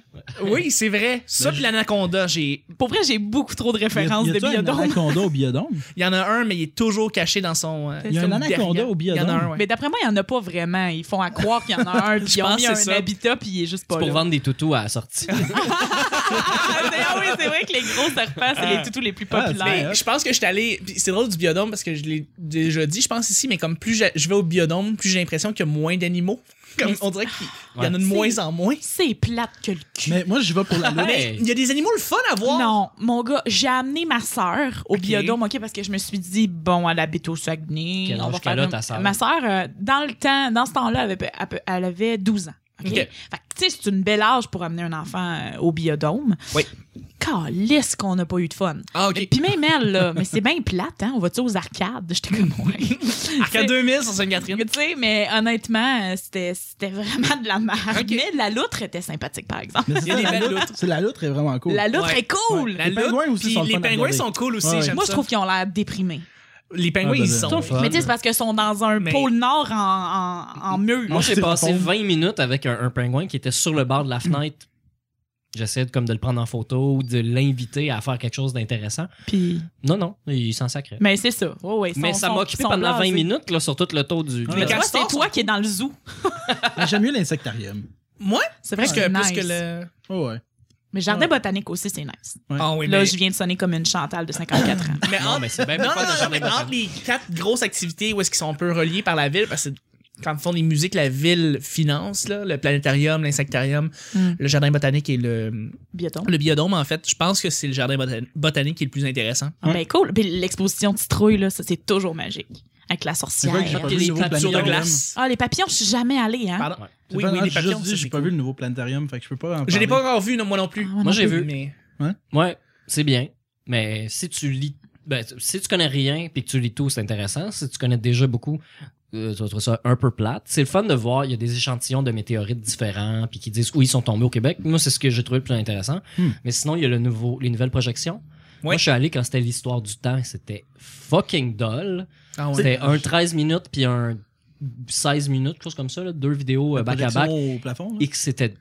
[SPEAKER 3] Oui, c'est vrai. Ça, puis l'anaconda, j'ai.
[SPEAKER 4] pour vrai j'ai beaucoup trop de
[SPEAKER 2] Y a-
[SPEAKER 4] références
[SPEAKER 2] y
[SPEAKER 4] de
[SPEAKER 2] a-tu un
[SPEAKER 4] biodôme
[SPEAKER 2] anaconda au biodôme.
[SPEAKER 3] Il y en a un, mais il est toujours caché dans son. euh,
[SPEAKER 4] Il y a
[SPEAKER 2] un
[SPEAKER 3] son
[SPEAKER 2] anaconda
[SPEAKER 3] derrière.
[SPEAKER 2] au biodôme.
[SPEAKER 3] Il y en a un, ouais.
[SPEAKER 4] mais d'après moi, il n'y en a pas vraiment. Ils font à croire qu'il y en a un, puis
[SPEAKER 3] Je
[SPEAKER 4] ils ont
[SPEAKER 3] pense
[SPEAKER 4] mis
[SPEAKER 3] que
[SPEAKER 4] un
[SPEAKER 3] c'est ça.
[SPEAKER 4] habitat, puis il est juste pas
[SPEAKER 1] C'est pour
[SPEAKER 4] là.
[SPEAKER 1] vendre des toutous à la sortie.
[SPEAKER 4] Ah mais- ah oui, c'est vrai que les gros serpents, c'est les toutous les plus
[SPEAKER 1] Ah,
[SPEAKER 4] populaires.
[SPEAKER 2] Ah,
[SPEAKER 3] Mais je pense que je suis allé. puis C'est drôle du biodôme parce que je l'ai déjà dit, je pense ici, mais comme plus j'a- je vais au biodôme, plus j'ai l'impression qu'il y a moins d'animaux. Comme
[SPEAKER 4] Mais
[SPEAKER 3] on dirait qu'il il y
[SPEAKER 1] Ouais.
[SPEAKER 3] en a de moins en moins.
[SPEAKER 4] C'est plate que le cul.
[SPEAKER 2] Mais moi, je vais pour la lune.
[SPEAKER 1] Hey.
[SPEAKER 3] Il y a des animaux le fun à voir.
[SPEAKER 4] Non, mon gars, j'ai amené ma sœur au
[SPEAKER 3] Ok.
[SPEAKER 4] biodôme, OK, parce que je me suis dit, bon, elle habite au Saguenay.
[SPEAKER 1] Quel
[SPEAKER 4] on
[SPEAKER 1] âge
[SPEAKER 4] va
[SPEAKER 1] qu'elle
[SPEAKER 4] faire
[SPEAKER 1] a,
[SPEAKER 4] comme-
[SPEAKER 1] ta sœur?
[SPEAKER 4] Ma sœur, euh, dans le temps, dans ce temps-là, elle avait, elle- elle avait 12 ans. OK?
[SPEAKER 3] Ok.
[SPEAKER 4] Fait que, tu sais, c'est une belle âge pour amener un enfant euh, au biodôme.
[SPEAKER 3] Oui.
[SPEAKER 4] Calisse qu'on n'a pas eu de fun.
[SPEAKER 3] Ah, ok.
[SPEAKER 4] Puis même elle, là, mais c'est bien plate, hein? On va-tu aux arcades? J'étais comme, ouais.
[SPEAKER 3] Arc à 2000 sur Sainte-Catherine.
[SPEAKER 4] Tu sais, mais honnêtement, euh, c'était c'était vraiment de la merde.
[SPEAKER 3] Ok.
[SPEAKER 4] Mais la loutre était sympathique, par exemple.
[SPEAKER 2] Mais c'est
[SPEAKER 3] Il y a
[SPEAKER 2] ça,
[SPEAKER 3] des
[SPEAKER 2] la
[SPEAKER 3] belles
[SPEAKER 2] loutre.
[SPEAKER 3] loutres.
[SPEAKER 2] C'est la loutre est vraiment cool.
[SPEAKER 4] La loutre
[SPEAKER 3] Ouais.
[SPEAKER 4] est cool!
[SPEAKER 3] Ouais, la
[SPEAKER 2] Les
[SPEAKER 3] loutre,
[SPEAKER 2] pingouins aussi
[SPEAKER 3] puis
[SPEAKER 2] sont le
[SPEAKER 3] les
[SPEAKER 2] fun à
[SPEAKER 3] pingouins
[SPEAKER 2] regarder.
[SPEAKER 3] sont cool aussi,
[SPEAKER 2] Ouais, ouais.
[SPEAKER 3] j'aime
[SPEAKER 4] Moi,
[SPEAKER 3] ça.
[SPEAKER 4] je trouve qu'ils ont l'air déprimés.
[SPEAKER 3] Les pingouins,
[SPEAKER 2] Ah, ben,
[SPEAKER 3] ils
[SPEAKER 2] ben,
[SPEAKER 3] sont.
[SPEAKER 1] c'est le fun.
[SPEAKER 4] Mais tu sais, c'est parce qu'ils sont dans un
[SPEAKER 3] Mais-
[SPEAKER 4] pôle nord en, en, en mur.
[SPEAKER 1] Moi, j'ai
[SPEAKER 2] c'est
[SPEAKER 1] passé
[SPEAKER 2] bon.
[SPEAKER 1] 20 minutes avec un, un pingouin qui était sur le bord de la fenêtre. J'essayais de, comme de le prendre en photo ou de l'inviter à faire quelque chose d'intéressant.
[SPEAKER 4] Puis,
[SPEAKER 1] Non, non, il s'en sacrait.
[SPEAKER 4] mais c'est ça. Ouais, ouais, ils
[SPEAKER 1] Mais
[SPEAKER 4] sont-
[SPEAKER 1] ça
[SPEAKER 4] sont-
[SPEAKER 1] m'a occupé
[SPEAKER 4] sont
[SPEAKER 1] pendant 20
[SPEAKER 4] blasés.
[SPEAKER 1] minutes là, sur tout le tour du. du
[SPEAKER 2] Ouais.
[SPEAKER 4] Mais
[SPEAKER 3] Les
[SPEAKER 4] toi,
[SPEAKER 1] restaurant.
[SPEAKER 4] c'est
[SPEAKER 3] castors
[SPEAKER 4] toi
[SPEAKER 3] sont-
[SPEAKER 4] qui es dans le zoo.
[SPEAKER 2] Mais J'aime mieux l'insectarium.
[SPEAKER 3] Moi,
[SPEAKER 4] C'est vrai
[SPEAKER 3] plus que,
[SPEAKER 4] nice.
[SPEAKER 3] plus que le.
[SPEAKER 2] Oh ouais.
[SPEAKER 4] Mais jardin botanique aussi, c'est nice.
[SPEAKER 2] Ouais.
[SPEAKER 3] Ah oui,
[SPEAKER 4] Là,
[SPEAKER 3] mais-
[SPEAKER 4] je viens de sonner comme une Chantal de 54 ans.
[SPEAKER 3] Mais
[SPEAKER 1] Non,
[SPEAKER 3] entre-
[SPEAKER 1] mais c'est bien
[SPEAKER 3] non,
[SPEAKER 1] plus fun
[SPEAKER 3] non,
[SPEAKER 1] de
[SPEAKER 3] non,
[SPEAKER 1] jardin
[SPEAKER 3] mais entre les quatre grosses activités où est-ce qu'ils sont un peu reliés par la ville, parce que quand ils font des musées que la ville finance, là, le planétarium, l'insectarium, le jardin botanique et le,
[SPEAKER 4] Bientôt.
[SPEAKER 3] le biodôme, en fait, je pense que c'est le jardin botan- botanique qui est le plus intéressant.
[SPEAKER 4] Ah, ben cool. Puis l'exposition Titrouille, là, ça, c'est toujours magique. Avec la sorcière.
[SPEAKER 2] quoi que j'ai pas
[SPEAKER 3] Puis
[SPEAKER 2] vu
[SPEAKER 3] les
[SPEAKER 2] le nouveau
[SPEAKER 3] peintures de
[SPEAKER 2] planétarium?
[SPEAKER 3] glace.
[SPEAKER 4] Ah, les papillons, je suis jamais allée, hein?
[SPEAKER 3] Pardon?
[SPEAKER 1] Ouais.
[SPEAKER 3] Oui,
[SPEAKER 2] pas-
[SPEAKER 3] oui,
[SPEAKER 2] ah,
[SPEAKER 3] les
[SPEAKER 2] j'ai
[SPEAKER 3] papillons.
[SPEAKER 2] juste
[SPEAKER 3] ça,
[SPEAKER 2] dit, j'ai
[SPEAKER 3] c'est
[SPEAKER 2] pas
[SPEAKER 3] cool.
[SPEAKER 2] vu le nouveau planétarium, fait que je peux pas en
[SPEAKER 3] Je l'ai pas
[SPEAKER 2] parler.
[SPEAKER 3] encore vu, non, moi non plus.
[SPEAKER 4] Ah, moi
[SPEAKER 1] Moi,
[SPEAKER 4] non
[SPEAKER 1] j'ai
[SPEAKER 4] plus.
[SPEAKER 1] vu.
[SPEAKER 3] Mais
[SPEAKER 1] Ouais, c'est bien. Mais si tu lis. Ben, t- si tu connais rien puis que tu lis tout, c'est intéressant. Si tu connais déjà beaucoup, euh, tu vas trouver ça un peu plate. C'est le fun de voir, il y a des échantillons de météorites différents puis qui disent où ils sont tombés au Québec. Moi, c'est ce que j'ai trouvé le plus intéressant.
[SPEAKER 2] Hmm.
[SPEAKER 1] Mais sinon, il y a le nouveau, les nouvelles projections. Moi,
[SPEAKER 3] Ouais.
[SPEAKER 1] je suis allé quand c'était l'histoire du temps et c'était fucking dull.
[SPEAKER 3] Ah ouais.
[SPEAKER 1] C'était un 13 minutes puis un 16 minutes, quelque chose comme ça, là, deux vidéos euh,
[SPEAKER 2] La
[SPEAKER 1] back à
[SPEAKER 2] projection
[SPEAKER 1] back
[SPEAKER 2] au plafond. là.
[SPEAKER 1] et que c'était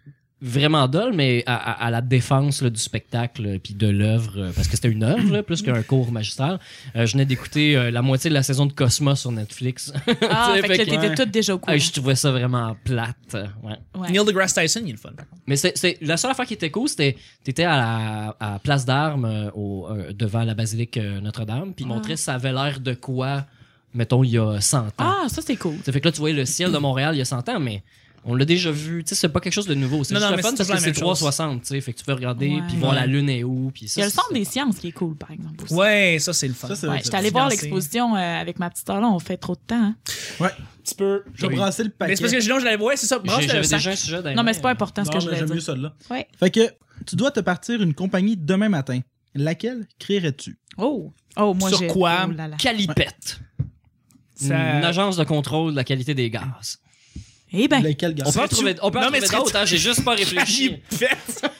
[SPEAKER 1] vraiment dole, mais à, à- à la défense là, du spectacle euh, puis de l'œuvre, euh, parce que c'était une œuvre là, plus qu'un cours magistral. Euh, je venais d'écouter euh, la moitié de la saison de Cosma sur Netflix.
[SPEAKER 4] Ah,
[SPEAKER 1] Tu sais,
[SPEAKER 4] fait que
[SPEAKER 1] fait
[SPEAKER 4] là,
[SPEAKER 1] que-
[SPEAKER 4] t'étais toutes déjà au courant.
[SPEAKER 1] Ah, je trouvais ça vraiment plate. euh, Ouais.
[SPEAKER 4] Ouais.
[SPEAKER 3] Neil deGrasse Tyson, il est le fun.
[SPEAKER 1] Mais c'est- c'est la seule affaire qui était cool, c'était t'étais à la à Place d'Armes euh, au- euh, devant la basilique euh, Notre-Dame, puis il
[SPEAKER 4] Ah.
[SPEAKER 1] montrait ça avait l'air de quoi, mettons il y a 100 ans.
[SPEAKER 4] Ah, ça, c'est cool.
[SPEAKER 1] Ça fait que là, tu vois le ciel de Montréal il y a 100 ans, mais on l'a déjà vu. Tu sais, c'est pas quelque chose de nouveau. C'est
[SPEAKER 3] Non,
[SPEAKER 1] juste
[SPEAKER 3] non,
[SPEAKER 1] le
[SPEAKER 3] mais
[SPEAKER 1] fun
[SPEAKER 3] c'est
[SPEAKER 1] parce
[SPEAKER 3] toujours
[SPEAKER 1] que
[SPEAKER 3] la
[SPEAKER 1] c'est
[SPEAKER 3] même chose.
[SPEAKER 1] 360, tu sais. Fait que tu peux regarder
[SPEAKER 4] Ouais.
[SPEAKER 1] puis voir la lune est où. Puis ça,
[SPEAKER 4] Il y a le
[SPEAKER 1] c'est-
[SPEAKER 4] centre des sciences qui est cool, par exemple. aussi.
[SPEAKER 3] Ouais, ça, c'est le fun.
[SPEAKER 2] Ça, c'est
[SPEAKER 4] Ouais,
[SPEAKER 2] vrai,
[SPEAKER 4] j'étais
[SPEAKER 2] ça.
[SPEAKER 4] allée voir
[SPEAKER 3] Financé.
[SPEAKER 4] l'exposition euh, avec ma petite sœur, là, on fait trop de temps. hein.
[SPEAKER 3] petit peu.
[SPEAKER 2] Je vais brasser le paquet.
[SPEAKER 3] Mais c'est parce que sinon, je l'avais, ouais, c'est ça.
[SPEAKER 1] J'ai-
[SPEAKER 3] Brasse le
[SPEAKER 1] J'avais
[SPEAKER 3] sac.
[SPEAKER 1] déjà un sujet dans les
[SPEAKER 4] Non, mais
[SPEAKER 1] mains,
[SPEAKER 4] c'est pas important ce
[SPEAKER 2] Non,
[SPEAKER 4] que
[SPEAKER 2] mais
[SPEAKER 4] je voulais
[SPEAKER 2] j'aime mieux
[SPEAKER 4] dire.
[SPEAKER 2] celle-là.
[SPEAKER 4] Ouais.
[SPEAKER 2] Fait que tu dois te partir une compagnie demain matin. Laquelle créerais-tu?
[SPEAKER 4] Oh, oh moi,
[SPEAKER 3] Sur
[SPEAKER 4] j'ai-
[SPEAKER 3] quoi?
[SPEAKER 4] oh là là.
[SPEAKER 1] Calipette.
[SPEAKER 3] Ça-
[SPEAKER 1] Une agence de contrôle de la qualité des gaz.
[SPEAKER 4] Eh ben,
[SPEAKER 2] Laquelle
[SPEAKER 1] On peut en
[SPEAKER 3] serais-tu-
[SPEAKER 1] trouver, on peut en
[SPEAKER 3] Non, mais
[SPEAKER 1] trouver
[SPEAKER 3] serais-tu-
[SPEAKER 1] d'autres, hein, j'ai juste pas réfléchi.
[SPEAKER 3] Calipette.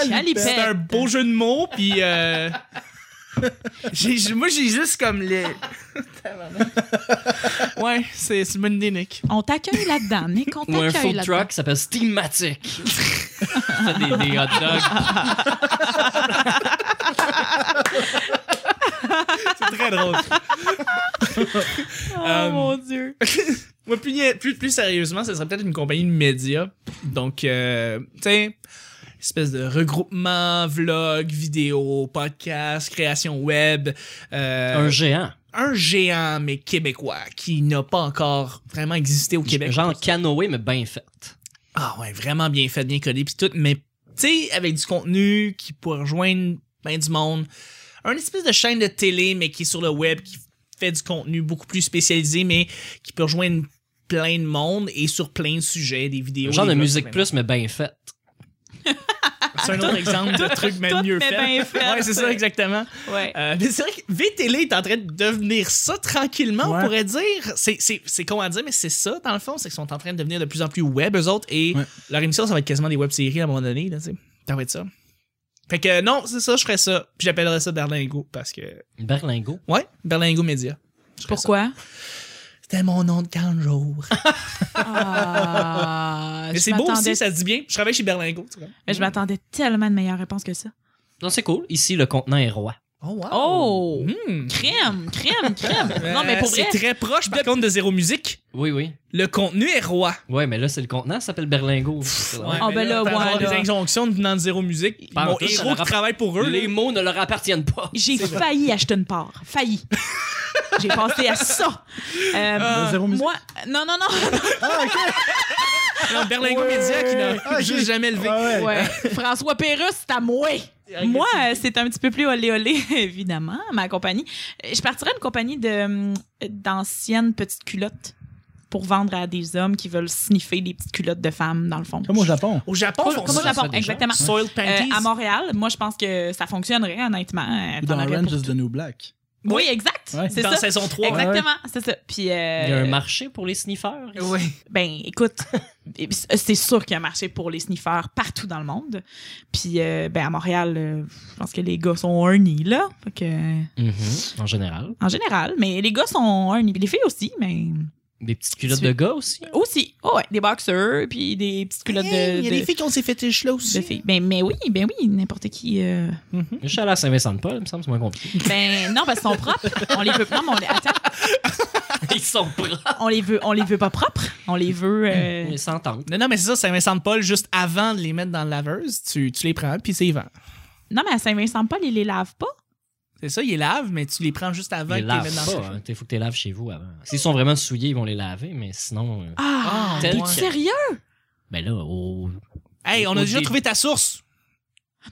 [SPEAKER 4] Calipette.
[SPEAKER 3] C'est un beau jeu de mots, puis. euh, j'ai- moi, j'ai juste comme les. ouais, c'est c'est une bonne idée, Nick.
[SPEAKER 4] on t'accueille là-dedans, Nick, on
[SPEAKER 1] Ou un
[SPEAKER 4] t'accueille
[SPEAKER 1] food
[SPEAKER 4] là-dedans.
[SPEAKER 1] truck qui s'appelle Steamatic. Ça fait des, des hot dogs.
[SPEAKER 3] C'est très drôle.
[SPEAKER 4] Oh
[SPEAKER 3] Euh,
[SPEAKER 4] mon Dieu.
[SPEAKER 3] Moi, plus, plus, plus sérieusement, ce serait peut-être une compagnie de médias. Donc, euh, tu sais, espèce de regroupement, vlog, vidéo, podcast, création web. euh,
[SPEAKER 1] Un géant.
[SPEAKER 3] un géant, mais québécois, qui n'a pas encore vraiment existé au Québec.
[SPEAKER 1] Genre canoë, mais bien fait.
[SPEAKER 3] Ah ouais, vraiment bien fait, bien collé, puis tout, mais tu sais, avec du contenu qui pourrait rejoindre ben du monde. Un espèce de chaîne de télé, mais qui est sur le web, qui fait du contenu beaucoup plus spécialisé, mais qui peut rejoindre plein de monde et sur plein de sujets, des vidéos.
[SPEAKER 1] Genre de
[SPEAKER 3] des blogs,
[SPEAKER 1] musique
[SPEAKER 3] ben,
[SPEAKER 1] plus, mais bien fait.
[SPEAKER 3] C'est un autre exemple de truc, mais
[SPEAKER 4] tout,
[SPEAKER 3] mieux
[SPEAKER 4] mais
[SPEAKER 3] fait.
[SPEAKER 4] bien fait.
[SPEAKER 3] Ouais, c'est ça, exactement.
[SPEAKER 4] Ouais.
[SPEAKER 3] Euh, mais c'est vrai que VTL est en train de devenir ça tranquillement, on
[SPEAKER 2] Ouais.
[SPEAKER 3] pourrait dire. C'est, c'est, c'est con à dire, mais c'est ça, dans le fond. C'est qu'ils sont en train de devenir de plus en plus web, eux autres. Et
[SPEAKER 2] Ouais.
[SPEAKER 3] leur émission, ça va être quasiment des web-séries à un moment donné. Là, tu sais. ça va être ça. Fait que euh, non, c'est ça, je ferais ça. Puis j'appellerais ça Berlingo parce que.
[SPEAKER 1] Berlingo.
[SPEAKER 3] Ouais, Berlingo Média. Je ferais ça.
[SPEAKER 4] Pourquoi?
[SPEAKER 3] C'était mon nom de camp de jour.
[SPEAKER 4] Ah,
[SPEAKER 3] mais
[SPEAKER 4] je
[SPEAKER 3] c'est beau
[SPEAKER 4] m'attendais-
[SPEAKER 3] aussi, ça se dit bien. Je travaille chez Berlingo. Tu vois.
[SPEAKER 4] Mais je m'attendais tellement de meilleures réponses que ça.
[SPEAKER 1] Non, c'est cool. Ici, le contenant est roi.
[SPEAKER 3] Oh, wow.
[SPEAKER 4] Oh!
[SPEAKER 3] Hmm.
[SPEAKER 4] Crème, crème, crème. non, mais pour
[SPEAKER 3] Euh,
[SPEAKER 4] vrai.
[SPEAKER 3] C'est très proche, par contre, de Zéro Musique.
[SPEAKER 1] Oui, oui.
[SPEAKER 3] Le contenu est roi.
[SPEAKER 1] Ouais, mais là, c'est le contenant, ça s'appelle Berlingo.
[SPEAKER 4] Ah, ben là,
[SPEAKER 3] t'as
[SPEAKER 4] ouais,
[SPEAKER 3] avoir
[SPEAKER 4] là.
[SPEAKER 3] des injonctions venant de zéro musique.
[SPEAKER 1] Par
[SPEAKER 3] Mon
[SPEAKER 1] plus, ça
[SPEAKER 3] héros
[SPEAKER 1] leur
[SPEAKER 3] qui
[SPEAKER 1] rapp-
[SPEAKER 3] travaille pour eux.
[SPEAKER 1] Les
[SPEAKER 3] là.
[SPEAKER 1] mots ne leur appartiennent pas.
[SPEAKER 4] J'ai failli acheter une part. Failli. J'ai pensé à ça. Euh,
[SPEAKER 2] De zéro musique?
[SPEAKER 4] moi, non, non, non.
[SPEAKER 3] Non, Berlingo Média qui n'a
[SPEAKER 2] Ok.
[SPEAKER 3] juste jamais levé.
[SPEAKER 2] Ah ouais.
[SPEAKER 4] Ouais. François Pérusse, c'est à moi. Moi, euh, c'est un petit peu plus olé olé, évidemment, ma compagnie. Euh, Je partirais une compagnie de, hum, d'anciennes petites culottes pour vendre à des hommes qui veulent sniffer des petites culottes de femmes, dans le fond.
[SPEAKER 2] Comme au Japon.
[SPEAKER 3] Au Japon,
[SPEAKER 4] Comme-
[SPEAKER 3] ils font
[SPEAKER 4] comme au
[SPEAKER 3] ça.
[SPEAKER 1] ça
[SPEAKER 4] Japon,
[SPEAKER 1] déjà?
[SPEAKER 4] exactement.
[SPEAKER 3] Soil Panties.
[SPEAKER 4] Euh, à Montréal, moi, je pense que ça fonctionnerait, honnêtement. Euh,
[SPEAKER 2] Ou
[SPEAKER 4] t'en
[SPEAKER 2] dans
[SPEAKER 4] aurais
[SPEAKER 2] Orange
[SPEAKER 4] pour-
[SPEAKER 2] is the New Black.
[SPEAKER 4] Oui, exact.
[SPEAKER 2] Ouais.
[SPEAKER 4] C'est
[SPEAKER 3] dans
[SPEAKER 4] ça.
[SPEAKER 3] saison 3.
[SPEAKER 4] Exactement, c'est ça. Puis, euh,
[SPEAKER 1] Il y a un marché pour les sniffeurs. ici.
[SPEAKER 3] Oui.
[SPEAKER 4] Ben, écoute, c'est sûr qu'il y a un marché pour les sniffers partout dans le monde. Puis, euh, ben, à Montréal, euh, je pense que les gars sont horny, là. Fait que,
[SPEAKER 1] Mhm, En général.
[SPEAKER 4] en général, mais les gars sont horny. Les filles aussi, mais
[SPEAKER 1] Des petites culottes de gars aussi.
[SPEAKER 4] aussi. Oh, ouais, des boxers, puis des petites culottes de, de,
[SPEAKER 3] filles qui ont ces fétiches-là
[SPEAKER 4] de filles. Ben, mais oui, ben oui, n'importe qui. euh,
[SPEAKER 1] Mm-hmm. Je suis allé à Saint-Vincent-de-Paul, il me semble, c'est moins compliqué.
[SPEAKER 4] Ben, non, parce qu'ils sont propres. On les veut pas. Non, mais on les, attends,
[SPEAKER 1] Ils sont propres.
[SPEAKER 4] on les veut, on les veut pas propres. On les veut. euh,
[SPEAKER 1] Ils s'entendent.
[SPEAKER 3] Non, non, mais c'est ça, ça Vincent de Paul, juste avant de les mettre dans la laveuse, tu, tu les prends, puis c'est vivant.
[SPEAKER 4] Non, mais à Saint-Vincent-Paul, ils les lavent pas.
[SPEAKER 3] C'est ça, ils les lavent, mais tu les prends juste avant
[SPEAKER 1] Ils
[SPEAKER 3] que tu les
[SPEAKER 1] lavent
[SPEAKER 3] mettes dans
[SPEAKER 1] pas.
[SPEAKER 3] le
[SPEAKER 1] hein. Il faut que tu les laves chez vous avant. S'ils sont vraiment souillés, ils vont les laver, mais sinon. euh,
[SPEAKER 4] Ah!
[SPEAKER 3] Ah,
[SPEAKER 1] tel
[SPEAKER 3] ouais.
[SPEAKER 1] que-
[SPEAKER 4] Sérieux?
[SPEAKER 1] Ben là, au-
[SPEAKER 3] Hey, on
[SPEAKER 1] Au
[SPEAKER 3] a déjà
[SPEAKER 1] début.
[SPEAKER 3] trouvé ta source.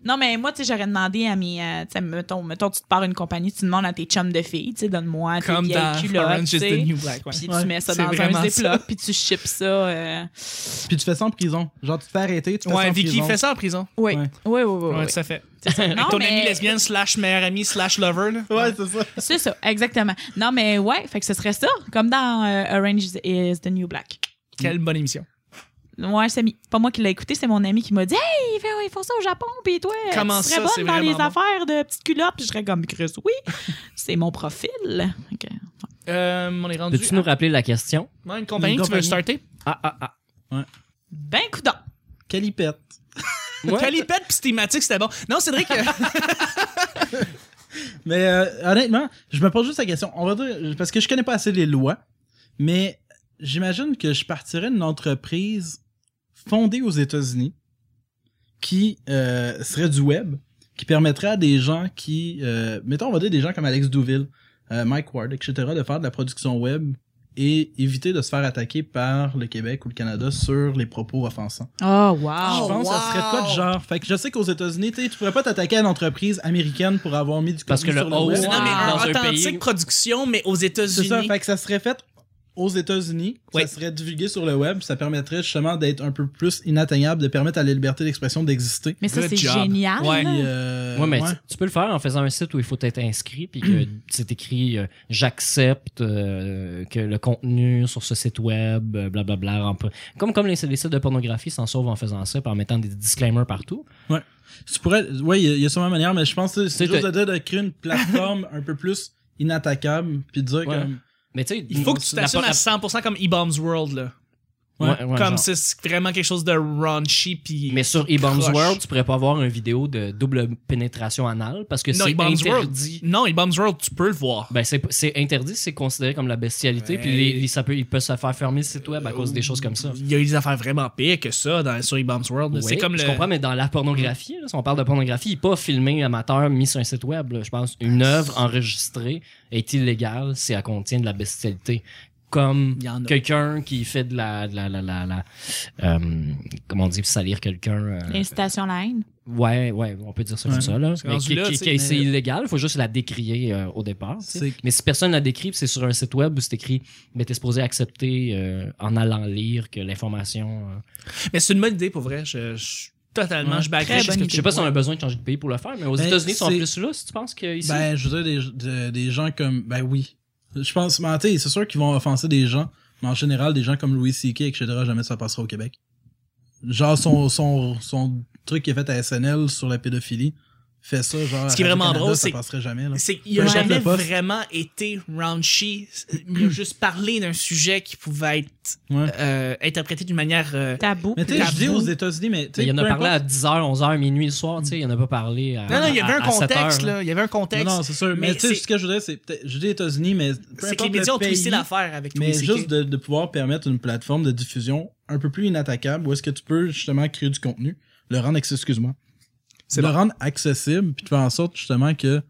[SPEAKER 4] Non, mais moi, tu sais, j'aurais demandé à mes. euh, tu sais, mettons, mettons, tu te pars une compagnie, tu demandes à tes chums de filles, tu sais, donne-moi tes
[SPEAKER 3] Comme
[SPEAKER 4] vieilles
[SPEAKER 3] dans
[SPEAKER 4] culottes.
[SPEAKER 3] Orange
[SPEAKER 4] tu
[SPEAKER 3] is the
[SPEAKER 4] sais.
[SPEAKER 3] New Black. ouais.
[SPEAKER 4] Puis
[SPEAKER 2] Ouais,
[SPEAKER 4] tu mets ça
[SPEAKER 3] c'est
[SPEAKER 4] dans
[SPEAKER 3] vraiment
[SPEAKER 4] un Ziploc, puis tu chips ça. euh,
[SPEAKER 2] Puis tu fais ça en prison. Genre, tu te fais arrêter, tu te fais ça
[SPEAKER 3] Ouais,
[SPEAKER 2] en
[SPEAKER 3] Vicky
[SPEAKER 2] prison.
[SPEAKER 3] fait ça en prison.
[SPEAKER 4] Oui,
[SPEAKER 2] Ouais.
[SPEAKER 4] oui, oui, oui.
[SPEAKER 3] Ouais,
[SPEAKER 4] oui.
[SPEAKER 3] tout à fait.
[SPEAKER 4] C'est ça. Non,
[SPEAKER 3] Ton
[SPEAKER 4] mais-
[SPEAKER 3] amie lesbienne slash meilleure amie slash lover, là.
[SPEAKER 2] Ouais, c'est ça.
[SPEAKER 4] C'est ça, exactement. Non, mais ouais, fait que ce serait ça, comme dans euh, Orange is- is the New Black.
[SPEAKER 3] Quelle bonne émission.
[SPEAKER 4] Ouais, c'est mi- pas moi qui l'ai écouté, c'est mon ami qui m'a dit Hey, ils font- ils font ça au Japon, puis toi,
[SPEAKER 3] Comment
[SPEAKER 4] tu serais
[SPEAKER 3] ça, c'est
[SPEAKER 4] bonne dans les
[SPEAKER 3] vraiment bon.
[SPEAKER 4] affaires de petites culottes. Puis je serais comme Chris, oui, c'est mon profil. Ok.
[SPEAKER 3] Euh, on est rendu.
[SPEAKER 1] Peux-tu nous
[SPEAKER 3] à-
[SPEAKER 1] rappeler la question?
[SPEAKER 3] Ouais, une compagnie
[SPEAKER 2] Une
[SPEAKER 3] que tu veux
[SPEAKER 2] compagnie.
[SPEAKER 3] starter?
[SPEAKER 1] Ah, ah, ah.
[SPEAKER 4] Ben, coudon.
[SPEAKER 2] Calipette.
[SPEAKER 1] Ouais.
[SPEAKER 3] Calipette pis thématique, c'était bon. Non, Cédric, euh,
[SPEAKER 2] Mais euh, honnêtement, je me pose juste la question. On va dire, parce que je connais pas assez les lois, mais j'imagine que je partirais d'une entreprise fondée aux États-Unis qui euh, serait du web, qui permettrait à des gens qui, euh, mettons, on va dire des gens comme Alex Douville, euh, Mike Ward, etc., de faire de la production web et éviter de se faire attaquer par le Québec ou le Canada sur les propos offensants.
[SPEAKER 4] Oh, wow.
[SPEAKER 2] Je pense que ça serait de quoi de
[SPEAKER 3] wow.
[SPEAKER 2] genre. Fait que je sais qu'aux États-Unis, tu sais, tu pourrais pas t'attaquer à une entreprise américaine pour avoir mis du
[SPEAKER 1] Parce
[SPEAKER 2] contenu
[SPEAKER 1] que le
[SPEAKER 2] sur le
[SPEAKER 1] haut,
[SPEAKER 2] web.
[SPEAKER 1] c'est
[SPEAKER 3] non, mais
[SPEAKER 1] Dans
[SPEAKER 3] un
[SPEAKER 1] un
[SPEAKER 3] authentique
[SPEAKER 1] pays où-
[SPEAKER 3] production, mais aux
[SPEAKER 2] C'est ça,
[SPEAKER 3] États-Unis.
[SPEAKER 2] fait que ça serait fait aux États-Unis,
[SPEAKER 3] Oui.
[SPEAKER 2] ça serait divulgué sur le web, ça permettrait justement d'être un peu plus inatteignable, de permettre à la liberté d'expression d'exister.
[SPEAKER 4] Mais ça,
[SPEAKER 3] Good
[SPEAKER 4] c'est
[SPEAKER 3] job.
[SPEAKER 4] génial.
[SPEAKER 3] Ouais.
[SPEAKER 4] là.
[SPEAKER 2] Puis, euh,
[SPEAKER 1] Ouais, mais
[SPEAKER 2] ouais.
[SPEAKER 1] Tu, tu peux le faire en faisant un site où il faut être inscrit puis que c'est écrit euh, j'accepte euh, que le contenu sur ce site web euh, blablabla en peu- comme comme les, les sites de pornographie s'en sauvent en faisant ça par mettant des disclaimers partout.
[SPEAKER 2] Tu pourrais. Ouais, il y a- il y, a sûrement manière, mais je pense que c'est
[SPEAKER 1] C'est
[SPEAKER 2] juste
[SPEAKER 1] que-
[SPEAKER 2] de, dire de créer une plateforme un peu plus inattaquable, puis de dire
[SPEAKER 1] Ouais.
[SPEAKER 2] comme.
[SPEAKER 1] Mais tu sais
[SPEAKER 3] Il faut que tu
[SPEAKER 1] la-
[SPEAKER 3] t'assumes
[SPEAKER 1] la-
[SPEAKER 3] à 100% comme E-Bombs World, là.
[SPEAKER 1] ouais, ouais,
[SPEAKER 3] comme
[SPEAKER 1] genre.
[SPEAKER 3] c'est vraiment quelque chose de raunchy pis.
[SPEAKER 1] mais sur E-Bombs
[SPEAKER 3] Croche.
[SPEAKER 1] World, tu pourrais pas avoir une vidéo de double pénétration anale parce que
[SPEAKER 3] non,
[SPEAKER 1] c'est
[SPEAKER 3] E-Bombs World.
[SPEAKER 1] interdit.
[SPEAKER 3] Non, E-Bombs World, tu peux le voir.
[SPEAKER 1] Ben c'est c'est interdit, c'est considéré comme la bestialité
[SPEAKER 3] Ouais.
[SPEAKER 1] puis les- les- ça peut ils peuvent se faire fermer le site web à cause des choses comme ça.
[SPEAKER 3] Il y a eu des affaires vraiment pires que ça dans, sur E-Bombs World. là.
[SPEAKER 1] Oui,
[SPEAKER 3] c'est comme
[SPEAKER 1] je
[SPEAKER 3] le.
[SPEAKER 1] comprends, mais dans la pornographie, là, si on parle de pornographie, il n'est pas filmé amateur, mis sur un site web. là. Je pense une
[SPEAKER 3] Ah,
[SPEAKER 1] œuvre enregistrée est illégale si elle contient de la bestialité. Comme
[SPEAKER 3] Il y en a.
[SPEAKER 1] quelqu'un qui fait de la... de la, la, la, la- euh, comment on dit, salir quelqu'un... euh,
[SPEAKER 4] L'incitation à la haine.
[SPEAKER 1] ouais, ouais, on peut dire ça
[SPEAKER 2] Ouais.
[SPEAKER 1] comme ça. Là.
[SPEAKER 3] Parce que
[SPEAKER 1] Mais
[SPEAKER 3] rendu
[SPEAKER 1] qui-
[SPEAKER 3] là,
[SPEAKER 1] qui-
[SPEAKER 3] tu sais,
[SPEAKER 1] qui-
[SPEAKER 3] mais-
[SPEAKER 1] C'est illégal, il faut juste la décrier euh, au départ. tu sais.
[SPEAKER 2] C'est-
[SPEAKER 1] Mais si personne la décrit, puis c'est sur un site web où c'est écrit, mais t'es supposé accepter euh, en allant lire que l'information... euh,
[SPEAKER 3] Mais c'est une bonne idée pour vrai. Je, je- totalement,
[SPEAKER 2] Ouais.
[SPEAKER 3] je back
[SPEAKER 4] Très
[SPEAKER 3] je-
[SPEAKER 4] bonne
[SPEAKER 3] je-
[SPEAKER 4] idée.
[SPEAKER 1] Je sais pas si on a besoin de changer de pays pour le faire, mais aux
[SPEAKER 2] Ben,
[SPEAKER 1] États-Unis, ils sont
[SPEAKER 2] c'est-
[SPEAKER 1] plus là, si tu penses qu'ici.
[SPEAKER 2] Ben, je veux dire, des, de- des gens comme. Ben oui. Je pense, mais tu sais, c'est sûr qu'ils vont offenser des gens, mais en général, des gens comme Louis C.K., etc., jamais ça passera au Québec. Genre, son, son, son truc qui est fait à SNL sur la pédophilie fait ça, genre.
[SPEAKER 3] Ce qui est
[SPEAKER 2] à
[SPEAKER 3] vraiment
[SPEAKER 2] Radio-Canada,
[SPEAKER 3] drôle,
[SPEAKER 2] ça
[SPEAKER 3] c'est-
[SPEAKER 2] passerait jamais, là.
[SPEAKER 3] C'est qu'il a
[SPEAKER 2] Hein. Peu importe
[SPEAKER 3] jamais
[SPEAKER 2] le poste.
[SPEAKER 3] vraiment été raunchy. Il a juste parlé d'un sujet qui pouvait être
[SPEAKER 2] Ouais.
[SPEAKER 3] euh, interprété d'une manière. euh,
[SPEAKER 4] Tabou.
[SPEAKER 2] Mais tu sais, je dis
[SPEAKER 3] tabou.
[SPEAKER 2] aux États-Unis, mais tu sais.
[SPEAKER 1] il y en a
[SPEAKER 2] peu
[SPEAKER 1] parlé à
[SPEAKER 2] importe-
[SPEAKER 1] 10h, 11h, minuit le soir, tu sais, il y en a pas parlé à.
[SPEAKER 3] Non, non, il y
[SPEAKER 1] à-
[SPEAKER 3] avait un
[SPEAKER 1] à 7
[SPEAKER 3] contexte,
[SPEAKER 1] heures,
[SPEAKER 3] là. Il y avait un contexte.
[SPEAKER 2] Non, non, c'est sûr.
[SPEAKER 3] Mais
[SPEAKER 2] Mais tu sais,
[SPEAKER 3] c'est-
[SPEAKER 2] ce que je voudrais, c'est. peut-être- Je dis États-Unis, mais. peu
[SPEAKER 3] c'est que
[SPEAKER 2] importe
[SPEAKER 3] les
[SPEAKER 2] le
[SPEAKER 3] médias ont
[SPEAKER 2] pays,
[SPEAKER 3] twisté l'affaire avec
[SPEAKER 2] Mais
[SPEAKER 3] Louis
[SPEAKER 2] juste
[SPEAKER 3] CK.
[SPEAKER 2] de, de pouvoir permettre une plateforme de diffusion un peu plus inattaquable où est-ce que tu peux justement créer du contenu, le rendre, acc- excuse-moi,
[SPEAKER 3] C'est
[SPEAKER 2] le
[SPEAKER 3] bon.
[SPEAKER 2] rendre accessible puis de faire en sorte justement que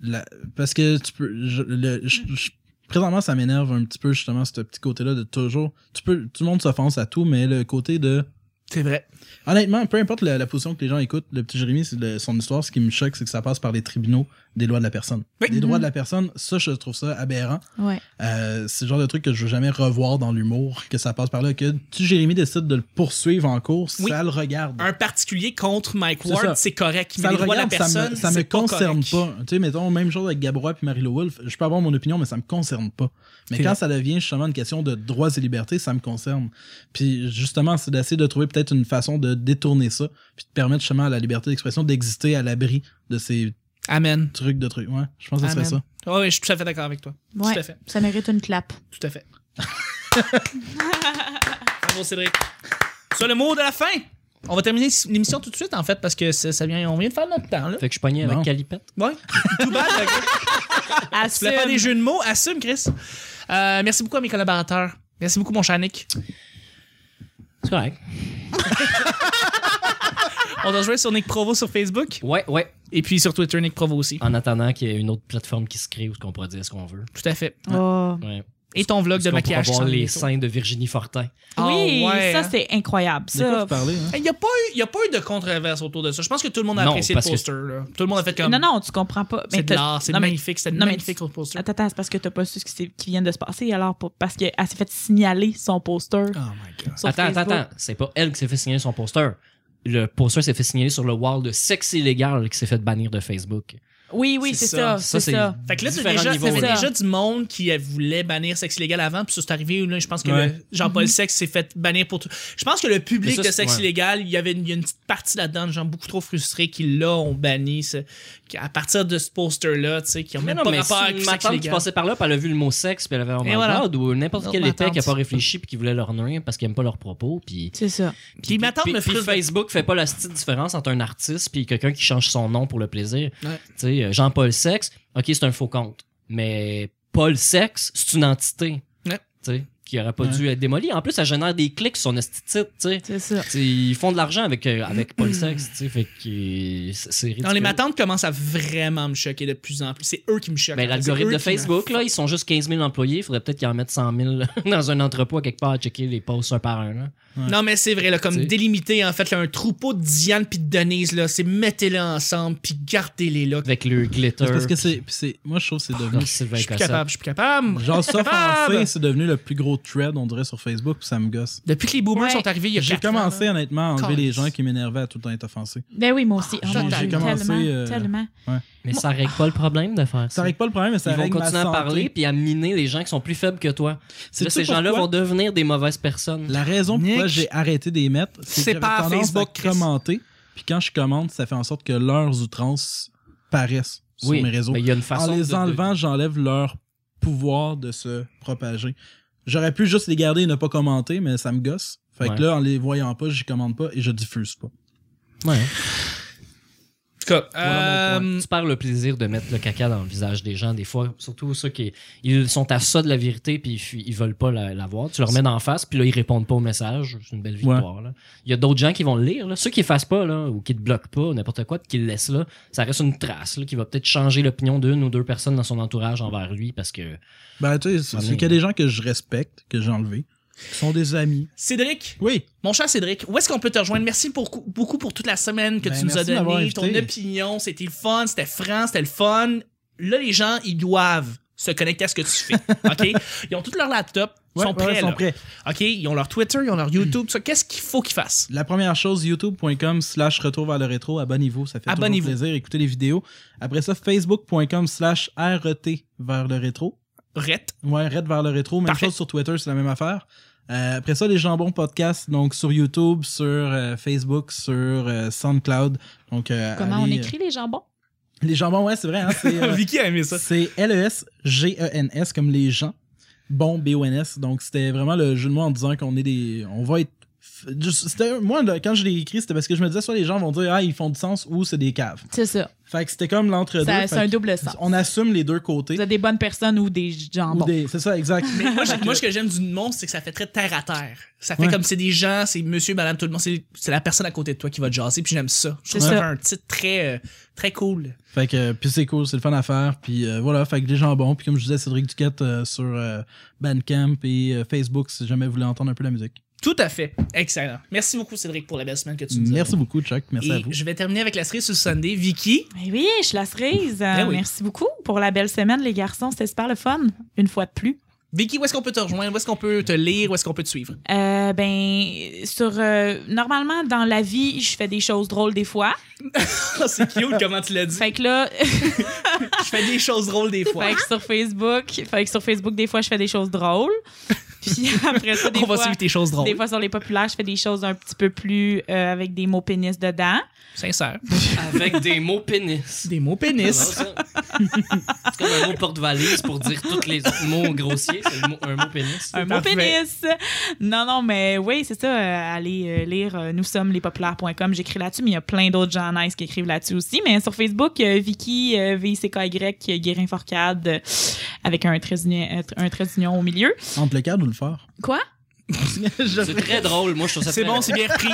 [SPEAKER 2] la, parce que tu peux je- le- je- je- présentement ça m'énerve un petit peu justement ce petit côté-là de toujours tu peux tout le monde s'offense à tout mais le côté de
[SPEAKER 3] C'est vrai.
[SPEAKER 2] honnêtement peu importe la, la position que les gens écoutent le petit Jérémy c'est le- son histoire ce qui me choque c'est que ça passe par les tribunaux des lois de la personne
[SPEAKER 3] Oui. Mm-hmm.
[SPEAKER 2] les droits de la personne ça je trouve ça aberrant
[SPEAKER 4] Ouais.
[SPEAKER 2] euh, c'est le genre de truc que je veux jamais revoir dans l'humour, que ça passe par là, que tu, Jérémy, décide de le poursuivre en cours,
[SPEAKER 3] Oui.
[SPEAKER 2] ça le regarde.
[SPEAKER 3] Un particulier contre Mike
[SPEAKER 2] C'est
[SPEAKER 3] Ward,
[SPEAKER 2] ça.
[SPEAKER 3] c'est correct. Mais
[SPEAKER 2] Ça
[SPEAKER 3] les
[SPEAKER 2] le
[SPEAKER 3] droits de la
[SPEAKER 2] regarde, ça
[SPEAKER 3] personne,
[SPEAKER 2] me, ça me
[SPEAKER 3] c'est pas
[SPEAKER 2] concerne
[SPEAKER 3] correct.
[SPEAKER 2] pas. Tu sais, mettons, même chose avec Gabrois puis Marie-Lo Wolfe, je peux avoir mon opinion, mais ça me concerne pas. Mais
[SPEAKER 3] C'est
[SPEAKER 2] quand
[SPEAKER 3] vrai.
[SPEAKER 2] ça devient justement une question de droits et libertés, ça me concerne. Puis justement, c'est d'essayer de trouver peut-être une façon de détourner ça, puis de permettre justement à la liberté d'expression d'exister à l'abri de ces
[SPEAKER 3] Amen.
[SPEAKER 2] trucs de trucs. Ouais, je pense que ce serait
[SPEAKER 3] Amen.
[SPEAKER 2] ça.
[SPEAKER 3] Ouais, ouais, je suis tout à fait d'accord avec toi. Tout à
[SPEAKER 4] Ouais.
[SPEAKER 3] fait.
[SPEAKER 4] Ça mérite une clap.
[SPEAKER 3] Tout à fait. Bravo, Cédric. Sur le mot de la fin, on va terminer l'émission tout de suite, en fait, parce que ça, ça vient, on vient de faire notre temps, là.
[SPEAKER 1] Fait que je pognais avec
[SPEAKER 2] Non.
[SPEAKER 1] Calipette.
[SPEAKER 3] Ouais. tout bad, fait que- Ah, Tu voulais faire des jeux de mots? Assume, Chris. Euh, merci beaucoup à mes collaborateurs. Merci beaucoup, mon cher Nick.
[SPEAKER 1] C'est correct.
[SPEAKER 3] On On doit jouer sur Nick Provo sur Facebook
[SPEAKER 1] Ouais, ouais.
[SPEAKER 3] et puis sur Twitter, Nick Provo aussi.
[SPEAKER 1] En attendant qu'il y ait une autre plateforme qui se crée où on pourra dire ce qu'on veut.
[SPEAKER 3] Tout à fait.
[SPEAKER 4] Oh.
[SPEAKER 1] Ouais.
[SPEAKER 3] Et ton vlog
[SPEAKER 1] Parce
[SPEAKER 3] de
[SPEAKER 1] qu'on pourra
[SPEAKER 3] maquillage.
[SPEAKER 1] voir
[SPEAKER 3] sans
[SPEAKER 1] les
[SPEAKER 3] bientôt.
[SPEAKER 1] seins de Virginie Fortin.
[SPEAKER 3] Ah
[SPEAKER 4] oui,
[SPEAKER 3] ouais, hein?
[SPEAKER 4] ça, c'est incroyable.
[SPEAKER 2] De quoi
[SPEAKER 4] Ça.
[SPEAKER 2] vous parlez, hein?
[SPEAKER 3] Il n'y a, pas eu- y a pas eu de controverse autour de ça. Je pense que tout le monde a
[SPEAKER 1] Non,
[SPEAKER 3] apprécié le
[SPEAKER 1] parce que-
[SPEAKER 3] poster. là. Tout le monde a fait comme.
[SPEAKER 4] Non, non, tu comprends pas. Mais
[SPEAKER 3] C'est de
[SPEAKER 4] t'as-
[SPEAKER 3] l'art, c'est
[SPEAKER 4] non, mais-
[SPEAKER 3] magnifique, c'est
[SPEAKER 4] non, mais-
[SPEAKER 3] magnifique le poster.
[SPEAKER 4] Attends, attends, c'est parce que t'as pas su ce qui, s'est- qui vient de se passer, alors, pour- parce qu'elle s'est fait signaler son poster.
[SPEAKER 3] Oh my god.
[SPEAKER 4] sur
[SPEAKER 1] attends, attends,
[SPEAKER 4] Facebook.
[SPEAKER 1] attends. C'est pas elle qui s'est fait signaler son poster. Le poster s'est fait signaler sur le wall de sexe illégal qui s'est fait bannir de Facebook.
[SPEAKER 4] Oui, oui,
[SPEAKER 3] C'est
[SPEAKER 4] c'est
[SPEAKER 3] ça.
[SPEAKER 4] ça, c'est
[SPEAKER 1] c'est
[SPEAKER 4] ça.
[SPEAKER 3] Fait que là, t'as
[SPEAKER 1] différents
[SPEAKER 3] déjà,
[SPEAKER 1] niveaux,
[SPEAKER 3] t'avais
[SPEAKER 1] là.
[SPEAKER 4] là.
[SPEAKER 3] déjà du monde qui euh, voulait bannir sexe illégal avant, puis ça c'est arrivé. Là, je pense que
[SPEAKER 2] Ouais.
[SPEAKER 3] le- Jean-Paul
[SPEAKER 1] Mhm.
[SPEAKER 3] Sexe s'est fait bannir pour tout. Je pense que le public
[SPEAKER 1] Mais ça,
[SPEAKER 3] de sexe
[SPEAKER 1] c'est- ouais.
[SPEAKER 3] illégal, il y avait une, il y a une petite partie là-dedans de gens beaucoup trop frustrés qui, là, ont banni ce- qui- à partir de ce poster-là, tu sais, qui ont même pas rapport avec
[SPEAKER 1] si
[SPEAKER 3] le
[SPEAKER 1] ma
[SPEAKER 3] sexe
[SPEAKER 1] tante qui
[SPEAKER 3] illégal.
[SPEAKER 1] passait par là, puis elle a vu le mot sexe, puis elle avait un
[SPEAKER 3] Et voilà.
[SPEAKER 1] God, ou n'importe
[SPEAKER 3] Donc,
[SPEAKER 1] quel
[SPEAKER 3] ma
[SPEAKER 1] était qui a
[SPEAKER 3] tante.
[SPEAKER 1] pas réfléchi, puis qui voulait leur nuire parce qu'ils aiment pas leurs propos, puis...
[SPEAKER 4] C'est ça.
[SPEAKER 3] Puis ma tante
[SPEAKER 1] Puis,
[SPEAKER 3] me
[SPEAKER 1] puis
[SPEAKER 3] frustre.
[SPEAKER 1] Facebook fait pas la petite différence entre un artiste puis quelqu'un qui change son nom pour le plaisir.
[SPEAKER 3] Ouais.
[SPEAKER 1] Tu sais, euh, Jean-Paul Sexe, ok, c'est un faux compte, mais Paul Sexe, c'est une entité.
[SPEAKER 3] Ouais.
[SPEAKER 1] Tu sais, qui aurait pas dû être démolie. En plus, ça génère des clics sur son esti de site, tu sais.
[SPEAKER 4] C'est ça.
[SPEAKER 1] Tu sais, Ils font de l'argent avec, euh, avec Paul Sexe, tu sais, fait que euh, c'est c'est ridicule.
[SPEAKER 3] Non, les matantes commencent à vraiment me choquer de plus en plus. C'est eux qui me choquent.
[SPEAKER 1] Mais Ben, l'algorithme
[SPEAKER 3] C'est eux
[SPEAKER 1] de
[SPEAKER 3] qui me-
[SPEAKER 1] Facebook, là, ils sont juste 15 000 employés. Il faudrait peut-être qu'ils en mettent 100 000 dans un entrepôt à quelque part à checker les posts un par un. là.
[SPEAKER 3] Non, mais c'est vrai, là, comme
[SPEAKER 1] Tu sais.
[SPEAKER 3] délimiter, en fait, là, un troupeau de Diane puis de Denise, là, c'est mettez-les ensemble puis gardez-les là.
[SPEAKER 1] Avec le glitter.
[SPEAKER 2] C'est parce que c'est. puis c'est- Moi, je trouve que c'est
[SPEAKER 1] Non,
[SPEAKER 2] devenu.
[SPEAKER 1] Sylvain
[SPEAKER 3] Je suis plus
[SPEAKER 1] Cossette.
[SPEAKER 3] capable, je suis plus capable.
[SPEAKER 2] Genre, ça,
[SPEAKER 3] Capable.
[SPEAKER 2] français, c'est devenu le plus gros thread, on dirait, sur Facebook, puis ça me gosse.
[SPEAKER 3] Depuis que les boomers
[SPEAKER 4] Ouais.
[SPEAKER 3] sont arrivés, il y a
[SPEAKER 2] J'ai
[SPEAKER 3] quatre ans,
[SPEAKER 2] commencé,
[SPEAKER 3] là.
[SPEAKER 2] honnêtement, à enlever
[SPEAKER 3] Calisse.
[SPEAKER 2] les gens qui m'énervaient à tout le temps être offensés.
[SPEAKER 4] Ben oui, moi aussi. Oh,
[SPEAKER 3] J'ai-
[SPEAKER 4] mon
[SPEAKER 3] j'ai
[SPEAKER 4] Dieu,
[SPEAKER 2] commencé,
[SPEAKER 4] tellement,
[SPEAKER 2] euh,
[SPEAKER 4] tellement.
[SPEAKER 1] Mais ça règle pas le problème de faire
[SPEAKER 2] Ça
[SPEAKER 1] ça.
[SPEAKER 2] règle pas le problème, mais ça
[SPEAKER 1] Ils vont
[SPEAKER 2] règle ma
[SPEAKER 1] continuer à
[SPEAKER 2] santé.
[SPEAKER 1] parler puis à miner les gens qui sont plus faibles que toi.
[SPEAKER 2] C'est
[SPEAKER 1] Là,
[SPEAKER 2] tout
[SPEAKER 1] ces gens-là
[SPEAKER 2] pourquoi-
[SPEAKER 1] vont devenir des mauvaises personnes.
[SPEAKER 2] La raison pourquoi
[SPEAKER 3] Nick,
[SPEAKER 2] j'ai arrêté d'y mettre,
[SPEAKER 3] c'est
[SPEAKER 2] c'est que
[SPEAKER 3] par
[SPEAKER 2] j'avais tendance
[SPEAKER 3] Facebook,
[SPEAKER 2] Facebook,
[SPEAKER 3] Chris.
[SPEAKER 2] à commenter. Puis quand je commente, ça fait en sorte que leurs outrances paraissent sur
[SPEAKER 1] oui,
[SPEAKER 2] mes réseaux.
[SPEAKER 1] mais il y a une façon
[SPEAKER 2] en les
[SPEAKER 1] de- de-
[SPEAKER 2] enlevant, j'enlève leur pouvoir de se propager. J'aurais pu juste les garder et ne pas commenter, mais ça me gosse. Fait
[SPEAKER 1] Ouais.
[SPEAKER 2] que là, en les voyant pas, j'y commente pas et je diffuse pas.
[SPEAKER 1] Ouais.
[SPEAKER 3] En tout cas,
[SPEAKER 1] Voilà mon point.
[SPEAKER 3] euh,
[SPEAKER 1] Tu perds le plaisir de mettre le caca dans le visage des gens, des fois. Surtout ceux qui ils sont à ça de la vérité, puis ils fuient- ils veulent pas la, la voir. Tu leur mets en face, puis là, ils répondent pas au message. C'est une belle victoire. là. Il y a d'autres gens qui vont le lire. là. Ceux qui fassent pas, là, ou qui te bloquent pas, ou n'importe quoi, puis qui le laissent là, ça reste une trace là, qui va peut-être changer l'opinion d'une ou deux personnes dans son entourage envers lui, parce que.
[SPEAKER 2] Ben, tu sais, c'est-
[SPEAKER 1] Ah,
[SPEAKER 2] c'est
[SPEAKER 1] mais-
[SPEAKER 2] qu'il y a des gens que je respecte, que j'ai enlevés, qui sont des amis.
[SPEAKER 3] Cédric,
[SPEAKER 2] Oui,
[SPEAKER 3] mon cher Cédric, où est-ce qu'on peut te rejoindre? Merci pour- beaucoup pour toute la semaine que
[SPEAKER 2] Ben,
[SPEAKER 3] tu nous as
[SPEAKER 2] merci de m'avoir
[SPEAKER 3] donné,
[SPEAKER 2] invité.
[SPEAKER 3] ton opinion. C'était le fun, c'était franc, c'était le fun. Là, les gens, ils doivent se connecter à ce que tu fais. OK? Ils ont tous leur laptop, ils
[SPEAKER 2] Ouais,
[SPEAKER 3] sont
[SPEAKER 2] ouais,
[SPEAKER 3] prêts.
[SPEAKER 2] ils sont
[SPEAKER 3] là.
[SPEAKER 2] prêts.
[SPEAKER 3] OK? Ils ont leur Twitter, ils ont leur YouTube. tout ça. Qu'est-ce qu'il faut qu'ils fassent?
[SPEAKER 2] La première chose, youtube.com slash retour vers le rétro. Abonnez-vous, ça fait
[SPEAKER 3] Abonnez-vous.
[SPEAKER 2] toujours plaisir. Écoutez les vidéos. Après ça, facebook.com slash RET vers le rétro.
[SPEAKER 3] Rette.
[SPEAKER 2] Ouais, Red vers le rétro. Même
[SPEAKER 3] Parfait.
[SPEAKER 2] chose sur Twitter, c'est la même affaire. Euh, après ça, les jambons podcasts, donc sur YouTube, sur euh, Facebook, sur euh, SoundCloud. Donc, euh,
[SPEAKER 4] Comment on
[SPEAKER 2] allez- euh,
[SPEAKER 4] écrit les jambons?
[SPEAKER 2] Les jambons, ouais, c'est vrai. hein, c'est euh,
[SPEAKER 3] Vicky a aimé ça.
[SPEAKER 2] c'est E L-E-S-G-E-N-S comme les gens. Bon, B-O-N-S. Donc, c'était vraiment le jeu de mots en disant qu'on est des. On va être. f- juste- c'était- Moi, là, quand je l'ai écrit, c'était parce que je me disais soit les gens vont dire Ah, ils font du sens ou c'est des caves.
[SPEAKER 4] C'est ça.
[SPEAKER 2] Fait que c'était comme l'entre-deux.
[SPEAKER 4] Ça- C'est
[SPEAKER 2] Fait
[SPEAKER 4] un
[SPEAKER 2] que
[SPEAKER 4] double sens.
[SPEAKER 2] On assume les deux côtés.
[SPEAKER 4] Vous êtes des bonnes personnes ou des
[SPEAKER 2] Ou
[SPEAKER 4] jambons.
[SPEAKER 2] des- C'est ça, exact.
[SPEAKER 3] Moi, j'ai- moi, ce que j'aime du monde, c'est que ça fait très terre à terre. Ça fait
[SPEAKER 2] Ouais.
[SPEAKER 3] comme c'est des gens, c'est monsieur, madame, tout le monde. C'est c'est la personne à côté de toi qui va te jaser, puis j'aime ça. Je trouve
[SPEAKER 4] C'est
[SPEAKER 3] ça
[SPEAKER 4] ça.
[SPEAKER 3] un titre très, euh, très cool.
[SPEAKER 2] Fait que euh, puis c'est cool, c'est le fun à faire, puis euh, voilà, fait que des jambons, puis comme je disais Cédric Duquette euh, sur euh, Bandcamp et euh, Facebook si jamais vous voulez entendre un peu la musique.
[SPEAKER 3] Tout à fait. Excellent. Merci beaucoup, Cédric, pour la belle semaine que tu nous as.
[SPEAKER 2] Merci beaucoup Chuck, merci
[SPEAKER 3] Et
[SPEAKER 2] à vous.
[SPEAKER 3] je vais terminer avec la série sur Sunday. Vicky,
[SPEAKER 4] Eh oui, je suis la cerise.
[SPEAKER 3] Ben
[SPEAKER 4] Euh,
[SPEAKER 3] oui.
[SPEAKER 4] Merci beaucoup pour la belle semaine, les garçons. C'était super le fun, une fois de plus.
[SPEAKER 3] Vicky, où est-ce qu'on peut te rejoindre? Où est-ce qu'on peut te lire? Où est-ce qu'on peut te suivre?
[SPEAKER 4] Euh, ben, sur. euh, normalement, dans la vie, je fais des choses drôles des fois.
[SPEAKER 3] Oh, c'est cute comment tu l'as dit.
[SPEAKER 4] Fait que là,
[SPEAKER 3] Ben, Je fais des choses drôles des fois.
[SPEAKER 4] fait que sur Facebook, fait que sur Facebook, des fois, je fais des choses drôles. Puis après ça, des
[SPEAKER 3] on
[SPEAKER 4] fois.
[SPEAKER 3] va suivre tes choses drôles.
[SPEAKER 4] Des fois, sur les populaires, je fais des choses un petit peu plus euh, avec des mots pénis dedans.
[SPEAKER 3] Sincère.
[SPEAKER 1] Avec des mots pénis.
[SPEAKER 3] Des mots pénis.
[SPEAKER 1] C'est comme un mot porte-valise pour dire tous les mots grossiers. C'est le mot- un mot pénis.
[SPEAKER 4] Un mot
[SPEAKER 3] parfait.
[SPEAKER 4] pénis! Non, non, mais oui, c'est ça. euh, allez euh, lire euh, nous sommes les populaires.com. J'écris là-dessus, mais il y a plein d'autres gens nice qui écrivent là-dessus aussi. Mais sur Facebook, euh, Vicky, euh, V-I-C-K-Y, euh, Guérin-Forcade, euh, avec un trait d'union- euh, un trait- un trait d'union au milieu.
[SPEAKER 2] Entre le cadre ou le fort.
[SPEAKER 4] Quoi?
[SPEAKER 1] C'est très drôle. Moi, je trouve ça
[SPEAKER 3] C'est
[SPEAKER 1] très
[SPEAKER 3] bon, c'est bien repris.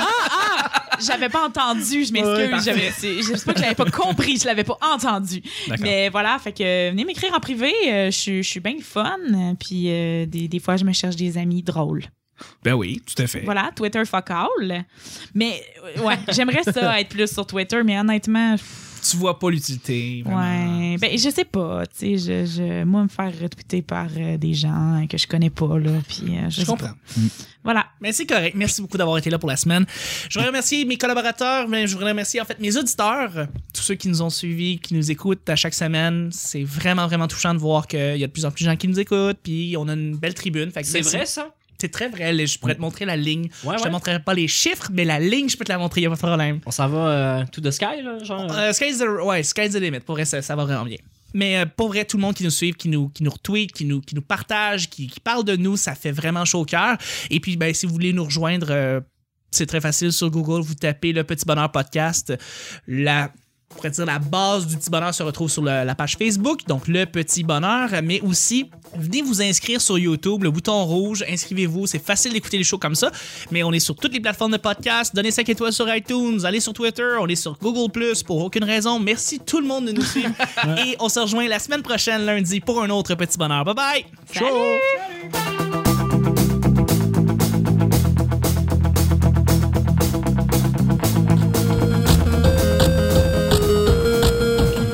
[SPEAKER 4] J'avais pas entendu, je
[SPEAKER 6] Ouais,
[SPEAKER 4] m'excuse.
[SPEAKER 6] parfait.
[SPEAKER 4] j'avais- c'est- je sais pas que je l'avais pas compris, je l'avais pas entendu.
[SPEAKER 3] D'accord.
[SPEAKER 4] Mais voilà, fait que euh, venez m'écrire en privé, euh, je suis- je suis bien le fun. euh, Puis euh, des, des fois, je me cherche des amis drôles.
[SPEAKER 3] Ben oui, tout à fait.
[SPEAKER 4] Voilà, Twitter fuck all. Mais euh, ouais, j'aimerais ça être plus sur Twitter, mais honnêtement, pff,
[SPEAKER 3] Tu vois pas l'utilité. vraiment.
[SPEAKER 4] ouais. Ben, je sais pas, tu sais, je, je- moi, me faire retweeter par euh, des gens que je connais pas, là, puis euh, je,
[SPEAKER 3] Je
[SPEAKER 4] sais
[SPEAKER 3] comprends.
[SPEAKER 4] pas. Voilà.
[SPEAKER 3] Mais c'est correct. Merci beaucoup d'avoir été là pour la semaine. Je voudrais remercier mes collaborateurs, mais je voudrais remercier en fait mes auditeurs, tous ceux qui nous ont suivis, qui nous écoutent à chaque semaine. C'est vraiment, vraiment touchant de voir qu'il y a de plus en plus de gens qui nous écoutent, puis on a une belle tribune. Fait que
[SPEAKER 1] C'est
[SPEAKER 3] merci.
[SPEAKER 1] vrai, ça?
[SPEAKER 3] C'est très vrai. là. Je pourrais te montrer la ligne.
[SPEAKER 1] Ouais,
[SPEAKER 3] je te
[SPEAKER 1] ouais.
[SPEAKER 3] montrerai pas les chiffres, mais la ligne, je peux te la montrer, il a pas de problème.
[SPEAKER 1] On s'en va euh, tout de sky, là, genre.
[SPEAKER 3] Euh, sky's, the, ouais, sky's the limit. Pour vrai, ça, ça va vraiment bien. Mais euh, pour vrai, tout le monde qui nous suit, qui nous, qui nous retweet, qui nous, qui nous partage, qui, qui parle de nous, ça fait vraiment chaud au cœur. Et puis, ben, si vous voulez nous rejoindre, euh, c'est très facile sur Google. Vous tapez le Petit Bonheur Podcast. La, on pourrait dire la base du Petit Bonheur se retrouve sur le- la page Facebook, donc le Petit Bonheur. Mais aussi, venez vous inscrire sur YouTube, le bouton rouge, inscrivez-vous. C'est facile d'écouter les shows comme ça. Mais on est sur toutes les plateformes de podcast. Donnez 5 étoiles sur iTunes, allez sur Twitter, on est sur Google Plus pour aucune raison. Merci tout le monde de nous suivre. Et on se rejoint la semaine prochaine, lundi, pour un autre Petit Bonheur. Bye bye!
[SPEAKER 4] Salut!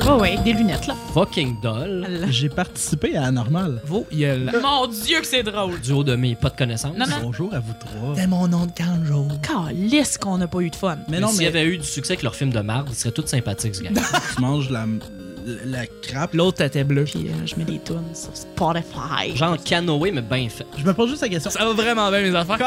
[SPEAKER 4] Oh ouais, des lunettes, là.
[SPEAKER 1] Fucking doll.
[SPEAKER 2] J'ai participé à Anormal.
[SPEAKER 3] Vos gueules.
[SPEAKER 4] Mon Dieu, que c'est drôle!
[SPEAKER 1] Du haut de mes pas de connaissances.
[SPEAKER 4] Non, non.
[SPEAKER 2] Bonjour à vous trois.
[SPEAKER 3] C'est mon nom de Kanjo.
[SPEAKER 4] Calisse qu'on n'a pas eu de fun.
[SPEAKER 2] Mais
[SPEAKER 1] Mais
[SPEAKER 2] non,
[SPEAKER 1] s'il y
[SPEAKER 2] mais
[SPEAKER 1] avait eu du succès avec leur film de marde, ils seraient tous sympathiques, ce gars.
[SPEAKER 2] tu manges la, la crappe.
[SPEAKER 3] L'autre était bleue.
[SPEAKER 4] Puis euh, je mets des tunes sur Spotify.
[SPEAKER 1] Genre canoë, mais bien fait.
[SPEAKER 2] Je me pose juste la question.
[SPEAKER 3] Ça va vraiment bien, mes affaires.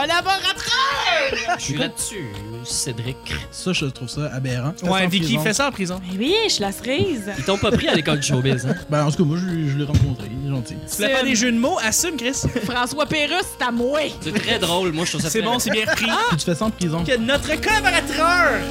[SPEAKER 1] Je suis là-dessus, Cédric.
[SPEAKER 2] Ça, je trouve ça aberrant.
[SPEAKER 3] Ouais, Vicky fait ça en prison.
[SPEAKER 4] Mais Ben oui, je suis la cerise.
[SPEAKER 1] Ils t'ont pas pris à l'école du showbiz, hein?
[SPEAKER 2] Ben, en tout cas, moi, je, l'ai- je l'ai rencontré. Il est gentil.
[SPEAKER 3] Tu voulais faire des jeux de mots? Assume, Chris.
[SPEAKER 4] François Pérusse, c'est à moi.
[SPEAKER 1] C'est très drôle, moi, je trouve ça
[SPEAKER 3] C'est
[SPEAKER 2] Ah!
[SPEAKER 1] très-
[SPEAKER 3] bon, c'est bien repris.
[SPEAKER 2] Puis tu fais ça en prison.
[SPEAKER 3] Que notre collaborateur!